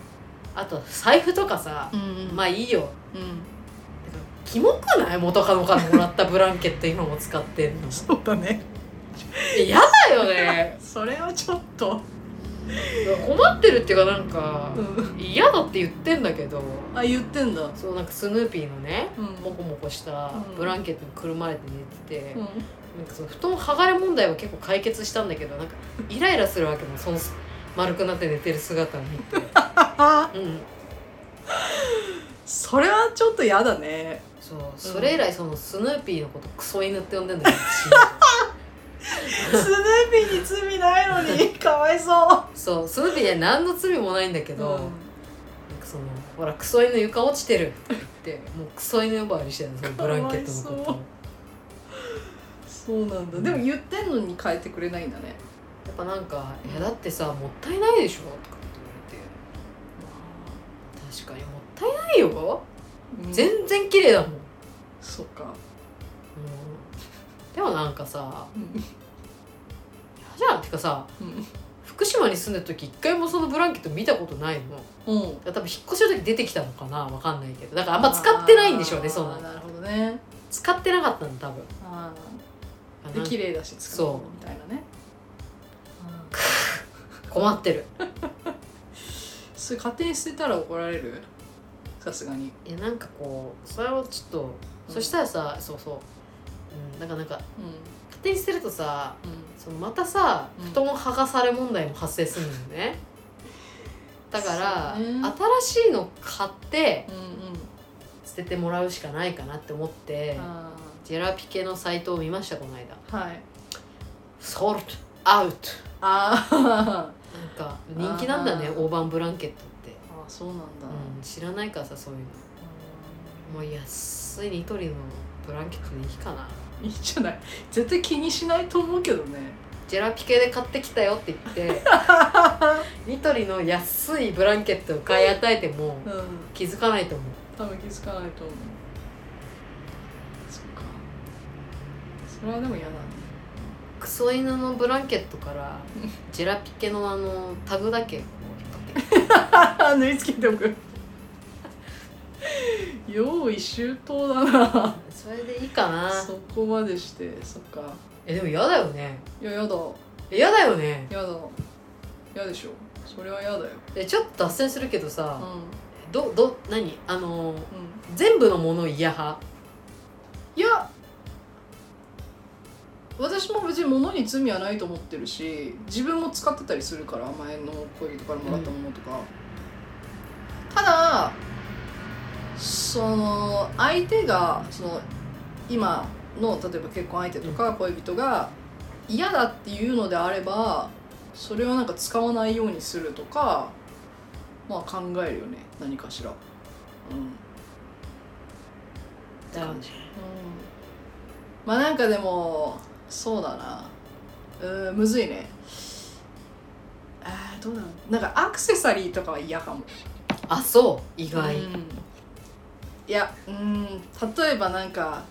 S3: あと財布とかさ、
S2: うんうん、
S3: まあいいよ
S2: うん、
S3: てかキモくない元カノからもらったブランケット今も使ってんの
S2: そうだね。
S3: 嫌だよね
S2: それはちょっと、
S3: 困ってるっていうかなんか
S2: うん、
S3: 嫌だって言ってんだけど
S2: あ、言ってんだ。う
S3: そうなんかスヌーピーのね
S2: ん、
S3: モコモコしたブランケットにくるまれて寝てて、
S2: うん、
S3: なんかその布団剥がれ問題は結構解決したんだけどなんかイライラするわけもその丸くなって寝てる姿を見て、
S2: あ、
S3: うん、
S2: それはちょっとやだね。
S3: そうそれ以来そのスヌーピーのことクソ犬って呼んでんだけど
S2: スヌーピーに罪ないの に、かわいそ
S3: そうスヌーピーには何の罪もないんだけ
S2: う。
S3: ど、なんかそのほらクソ犬床落ちてるって言ってもうクソ犬呼ばわりしてるのそのブランケットのこ
S2: かわい
S3: と
S2: そうそうなんだ。でも言ってんのに変えてくれないんだね。
S3: やっぱなんか「いやだってさもったいないでしょ」とかって言われて「確かにもったいないよ、
S2: うん
S3: 全然綺麗だもん」
S2: そっか。
S3: うんでもなんかさ
S2: うん
S3: 嫌じゃんてかさ
S2: うん
S3: 福島に住んだ時一回もそのブランケット見たことないのだか
S2: うん
S3: ら多分引っ越しの時出てきたのかなわかんないけどだからあんま使ってないんでしょうね
S2: あー
S3: そんなの
S2: なるほどね
S3: 使ってなかったの多分
S2: あ
S3: あ
S2: ーで
S3: なんか
S2: 綺麗だし使うみたいなねうん
S3: 困ってる
S2: それ勝手に捨てたら怒られるさすがに
S3: いやなんかこうそれをちょっと、
S2: うん
S3: そしたらさそうそう、うん、なんかなんか
S2: う
S3: 勝手に捨てるとさ
S2: んうん
S3: そのまたさ
S2: うん
S3: 布団剥がされ問題も発生するのね、だから、
S2: そうね
S3: 新しいの買って
S2: うんうん
S3: 捨ててもらうしかないかなって思って、
S2: あ
S3: ジェラピケのサイトを見ましたこの間
S2: ーはい
S3: ソルトアウト
S2: あーあ
S3: なんか人気なんだね
S2: あー
S3: 大判ブランケットって、
S2: ーそうなんだ、
S3: うん、知らないからさそういうのもう安いニトリのブランケットでいいかない
S2: いんじゃない絶対気にしないと思うけどね
S3: ジェラピケで買ってきたよって 言ってニトリの安いブランケットを買い与えても
S2: うん
S3: 気づかないと思う
S2: 多分気づかないと思うそっかそれはでも嫌だね
S3: クソ犬のブランケットからジェラピケのあのタグだけこう引っ張ってきて
S2: 縫い付けておく 用意周到だな
S3: それでいいかな
S2: そこまでしてそっか
S3: えでも嫌だよね
S2: いややだ
S3: え嫌だよね
S2: やだやでしょそれはやだよ
S3: えちょっと脱線するけどさ、
S2: うん
S3: どど何あの
S2: うん
S3: 全部のもの嫌派
S2: いや私も別に物に罪はないと思ってるし自分も使ってたりするから前の恋人からもらったものとか、ただその相手がその今の例えば結婚相手とか恋人が嫌だっていうのであればそれをなんか使わないようにするとかまあ考えるよね何かしら。うん
S3: だよね
S2: うんまあなんかでもそうだなうーんむずいねあーどうだろうなんかアクセサリーとかは嫌かも
S3: あそう意外、
S2: うんいやうん例えばなんか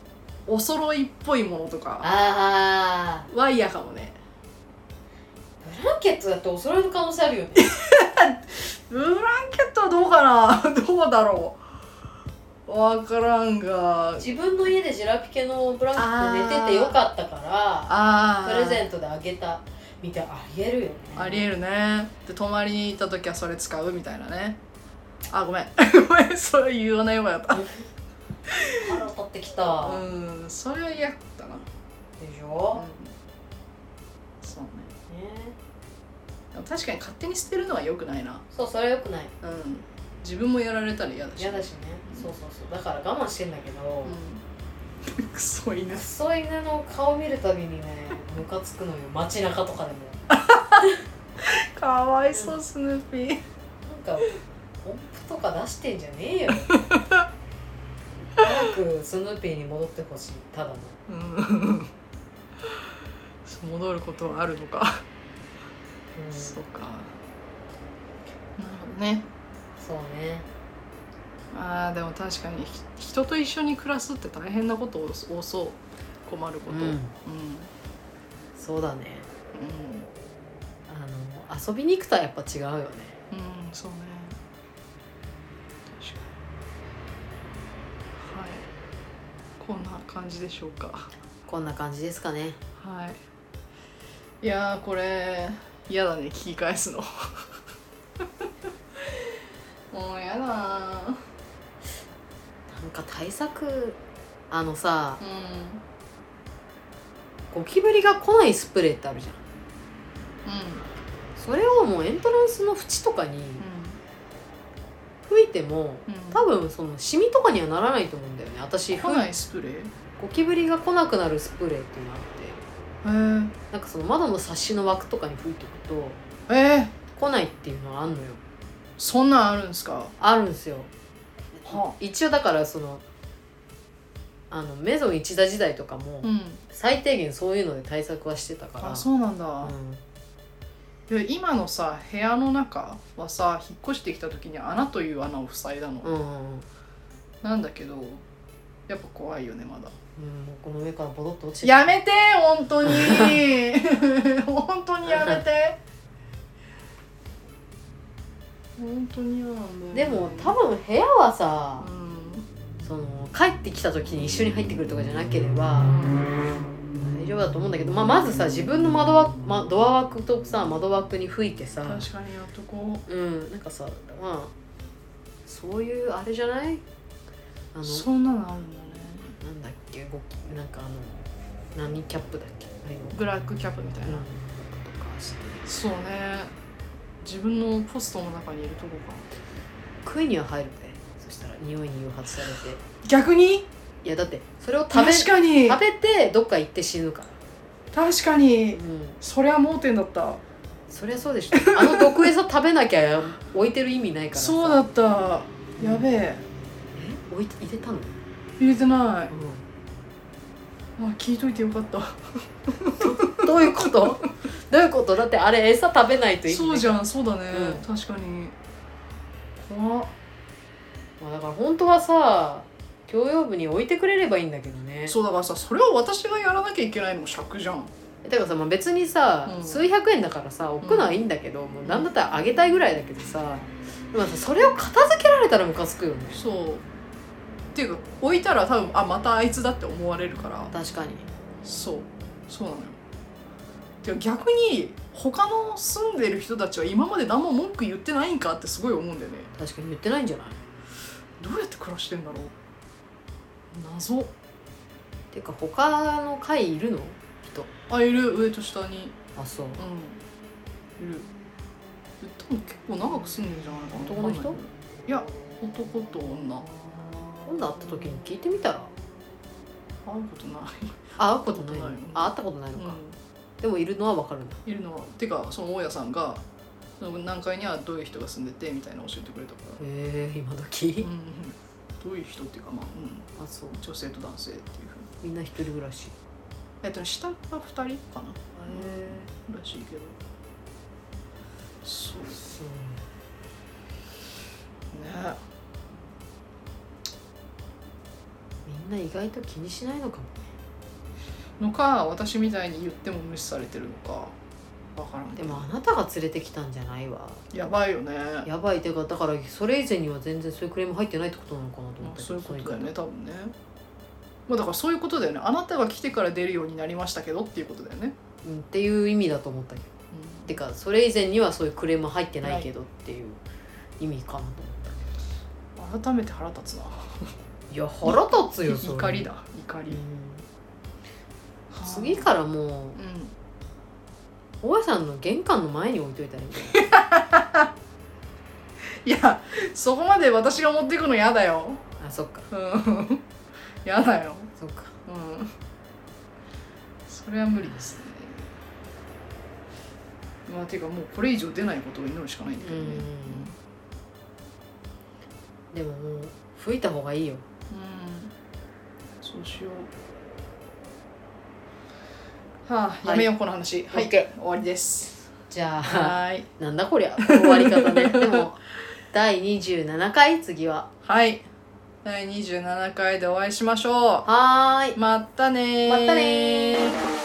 S2: お揃いっぽいものとか
S3: ああ
S2: は嫌かもね
S3: ブランケットだってお揃いの可能性あるよね
S2: ブランケットはどうかな どうだろうわからんが
S3: 自分の家でジェラピケのブランケット寝ててよかったから
S2: あ
S3: プレゼ
S2: ン
S3: ントであげたみたいなありえるよね
S2: ありえるねで泊まりに行った時はそれ使うみたいなねあ ごめんごめんそれ言わない方がよかった
S3: 腹立ってきた、
S2: うんそれは嫌だったな、
S3: でしょ、
S2: そうね
S3: ね
S2: でも確かに勝手に捨てるのは良くないな
S3: そうそれはよくない
S2: うん自分もやられたら嫌だし
S3: 嫌だしねそうそうそうだから我慢してんだけど、
S2: うん クソ犬
S3: クソ犬の顔見るたびにねムカつくのよ街中とかでも
S2: かわいそうスヌーピー
S3: なんか音符とか出してんじゃねえよ早くスヌーピーに戻ってほしいただ
S2: う
S3: の
S2: ん 戻ることはあるのか、
S3: うんそ
S2: そううかなるほどね
S3: ね
S2: あーでも確かにひ人と一緒に暮らすって大変なこと多そう困ること、
S3: うん
S2: うん
S3: そうだね
S2: うん
S3: あの遊びに行くとはやっぱ違うよね
S2: うんそうね確かにはいこんな感じでしょうか
S3: こんな感じですかね
S2: はいいやーこれ嫌だね聞き返すの もう嫌だー
S3: なんか対策あのさ
S2: うん
S3: ゴキブリが来ないスプレーってあるじゃんそれをもうエントランスの縁とかに吹いても
S2: うんうん
S3: 多分そのシミとかにはならないと思うんだよね私
S2: 来ないスプレーへ
S3: ゴキブリが来なくなるスプレーっていうのがあっ
S2: えー、
S3: てなんかその窓のサッシの枠とかに吹いておく
S2: えー、
S3: と来ないっていうのはあんのよ
S2: そんなんあるんすか
S3: あるんですよ
S2: は
S3: 一応だからそのあのメゾン一田時代とかも
S2: うん
S3: 最低限そういうので対策はしてたから、
S2: あそうなんだ、
S3: うん
S2: で今のさ部屋の中はさ引っ越してきた時に穴という穴を塞いだの、
S3: うんうんうん
S2: なんだけどやっぱ怖いよねま だ
S3: うん、もうこの上からボロッと落ちて
S2: やめて本当に 本当にやめて本当に嫌なんだよね
S3: でも多分部屋はさ
S2: う、ん
S3: その帰ってきた時に一緒に入ってくるとかじゃなければ大丈夫だと思うんだけど、まあ、まずさ自分の窓枠、ま、ドア枠とさ窓枠に吹いてさ
S2: 確かにやっとこう
S3: うんなんかさまあそういうあれじゃないあの
S2: そんなのあるんだね
S3: なんだっけ動きなんかあの何キャップだっけあれの
S2: ブラックキャップみたいな、
S3: とかして
S2: そうね自分のポストの中にいるとこか
S3: 食いには入るねそしたら匂いに誘発されて
S2: 逆に
S3: いやだってそれを食べ
S2: 確かに
S3: 食べてどっか行って死ぬから
S2: 確か
S3: う
S2: に
S3: ん
S2: そりゃ盲点だった
S3: そりゃそうでしょあの毒餌食べなきゃ置いてる意味ないからさ
S2: そうだったやべえ
S3: え置いて入れたの、
S2: 入れてないあ聞いといてよかった
S3: どういうことどういうことだってあれ餌食べないといい
S2: そうじ
S3: ゃん、
S2: ゃんそうだね、
S3: う
S2: 確かに怖っ
S3: まあ、だから本当はさ共用部に置いてくれればいいんだけどね
S2: そうだからさそれを私がやらなきゃいけないのも尺じゃん
S3: だからさ、まあ、別にさ、
S2: うん
S3: 数百円だからさ置くのはいいんだけど、もうなんだったらあげたいぐらいだけどさでもさそれを片付けられたらムカつくよね
S2: そうっていうか置いたら多分あまたあいつだって思われるから
S3: 確かに
S2: そうそうなのよてか逆に他の住んでる人たちは今まで何も文句言ってないんかってすごい思うんだよね
S3: 確かに言ってないんじゃない
S2: どうやって暮らしてんだろう謎
S3: ていうか他の階いるの人
S2: あいる上と下に
S3: あそう
S2: うんいる多分結構長く住んでるんじゃないかな
S3: 男の人
S2: わかんないけどいや男と女会う
S3: 今度会った時に聞いてみたら
S2: ことない、
S3: あ会うことないの
S2: 会うことない
S3: あ会ったことないのか、でもいるのは分かるんだ
S2: いるのはてかその大家さんがその何階にはどういう人が住んでてみたいなの教えてくれたから、
S3: へえ今
S2: う
S3: 時
S2: ん、どういう人っていうか まあ、うん、
S3: あそう
S2: 女性と男性っていうふうに
S3: みんな一人暮らし
S2: えっと下が2人かならしいけどそう
S3: え
S2: ね
S3: そうみんな意外と気にしないのかも
S2: のか私みたいに言っても無視されてるのかわからん
S3: でもあなたが連れてきたんじゃないわ
S2: やばいよね
S3: やばいてかだからそれ以前には全然そういうクレーム入ってないってことなのかなと思
S2: ま
S3: っ
S2: あ
S3: たけど
S2: そういうことだよ
S3: そ
S2: ね多分ねまあだからそういうことだよねあなたが来てから出るようになりましたけどっていうことだよね、
S3: うんっていう意味だと思ったけど
S2: うん
S3: てかそれ以前にはそういうクレーム入ってないけどっていう意味かなと思った
S2: 改めて腹立つない
S3: や腹立つよそれ
S2: 怒り、だ怒
S3: う
S2: り、
S3: ん
S2: はあ
S3: 次からもう
S2: うん
S3: 大家さんの玄関の前に置いといたらいいんじゃない
S2: いやそこまで私が持ってくの嫌だよ
S3: あそっか
S2: うんやだよ
S3: そっか
S2: うんそれは無理ですねまあていうかもうこれ以上出ないことを祈るしかないんだけどね
S3: うんでももう吹いた方がいいよ
S2: うんそうしようはあ
S3: はい
S2: やめようこの話はい、終
S3: OK
S2: わりです
S3: じゃあ
S2: はーい
S3: なんだこりゃこの終わり方ねでも第27回次は
S2: はい第27回でお会いしましょ
S3: はーいう
S2: まったねー
S3: まったねー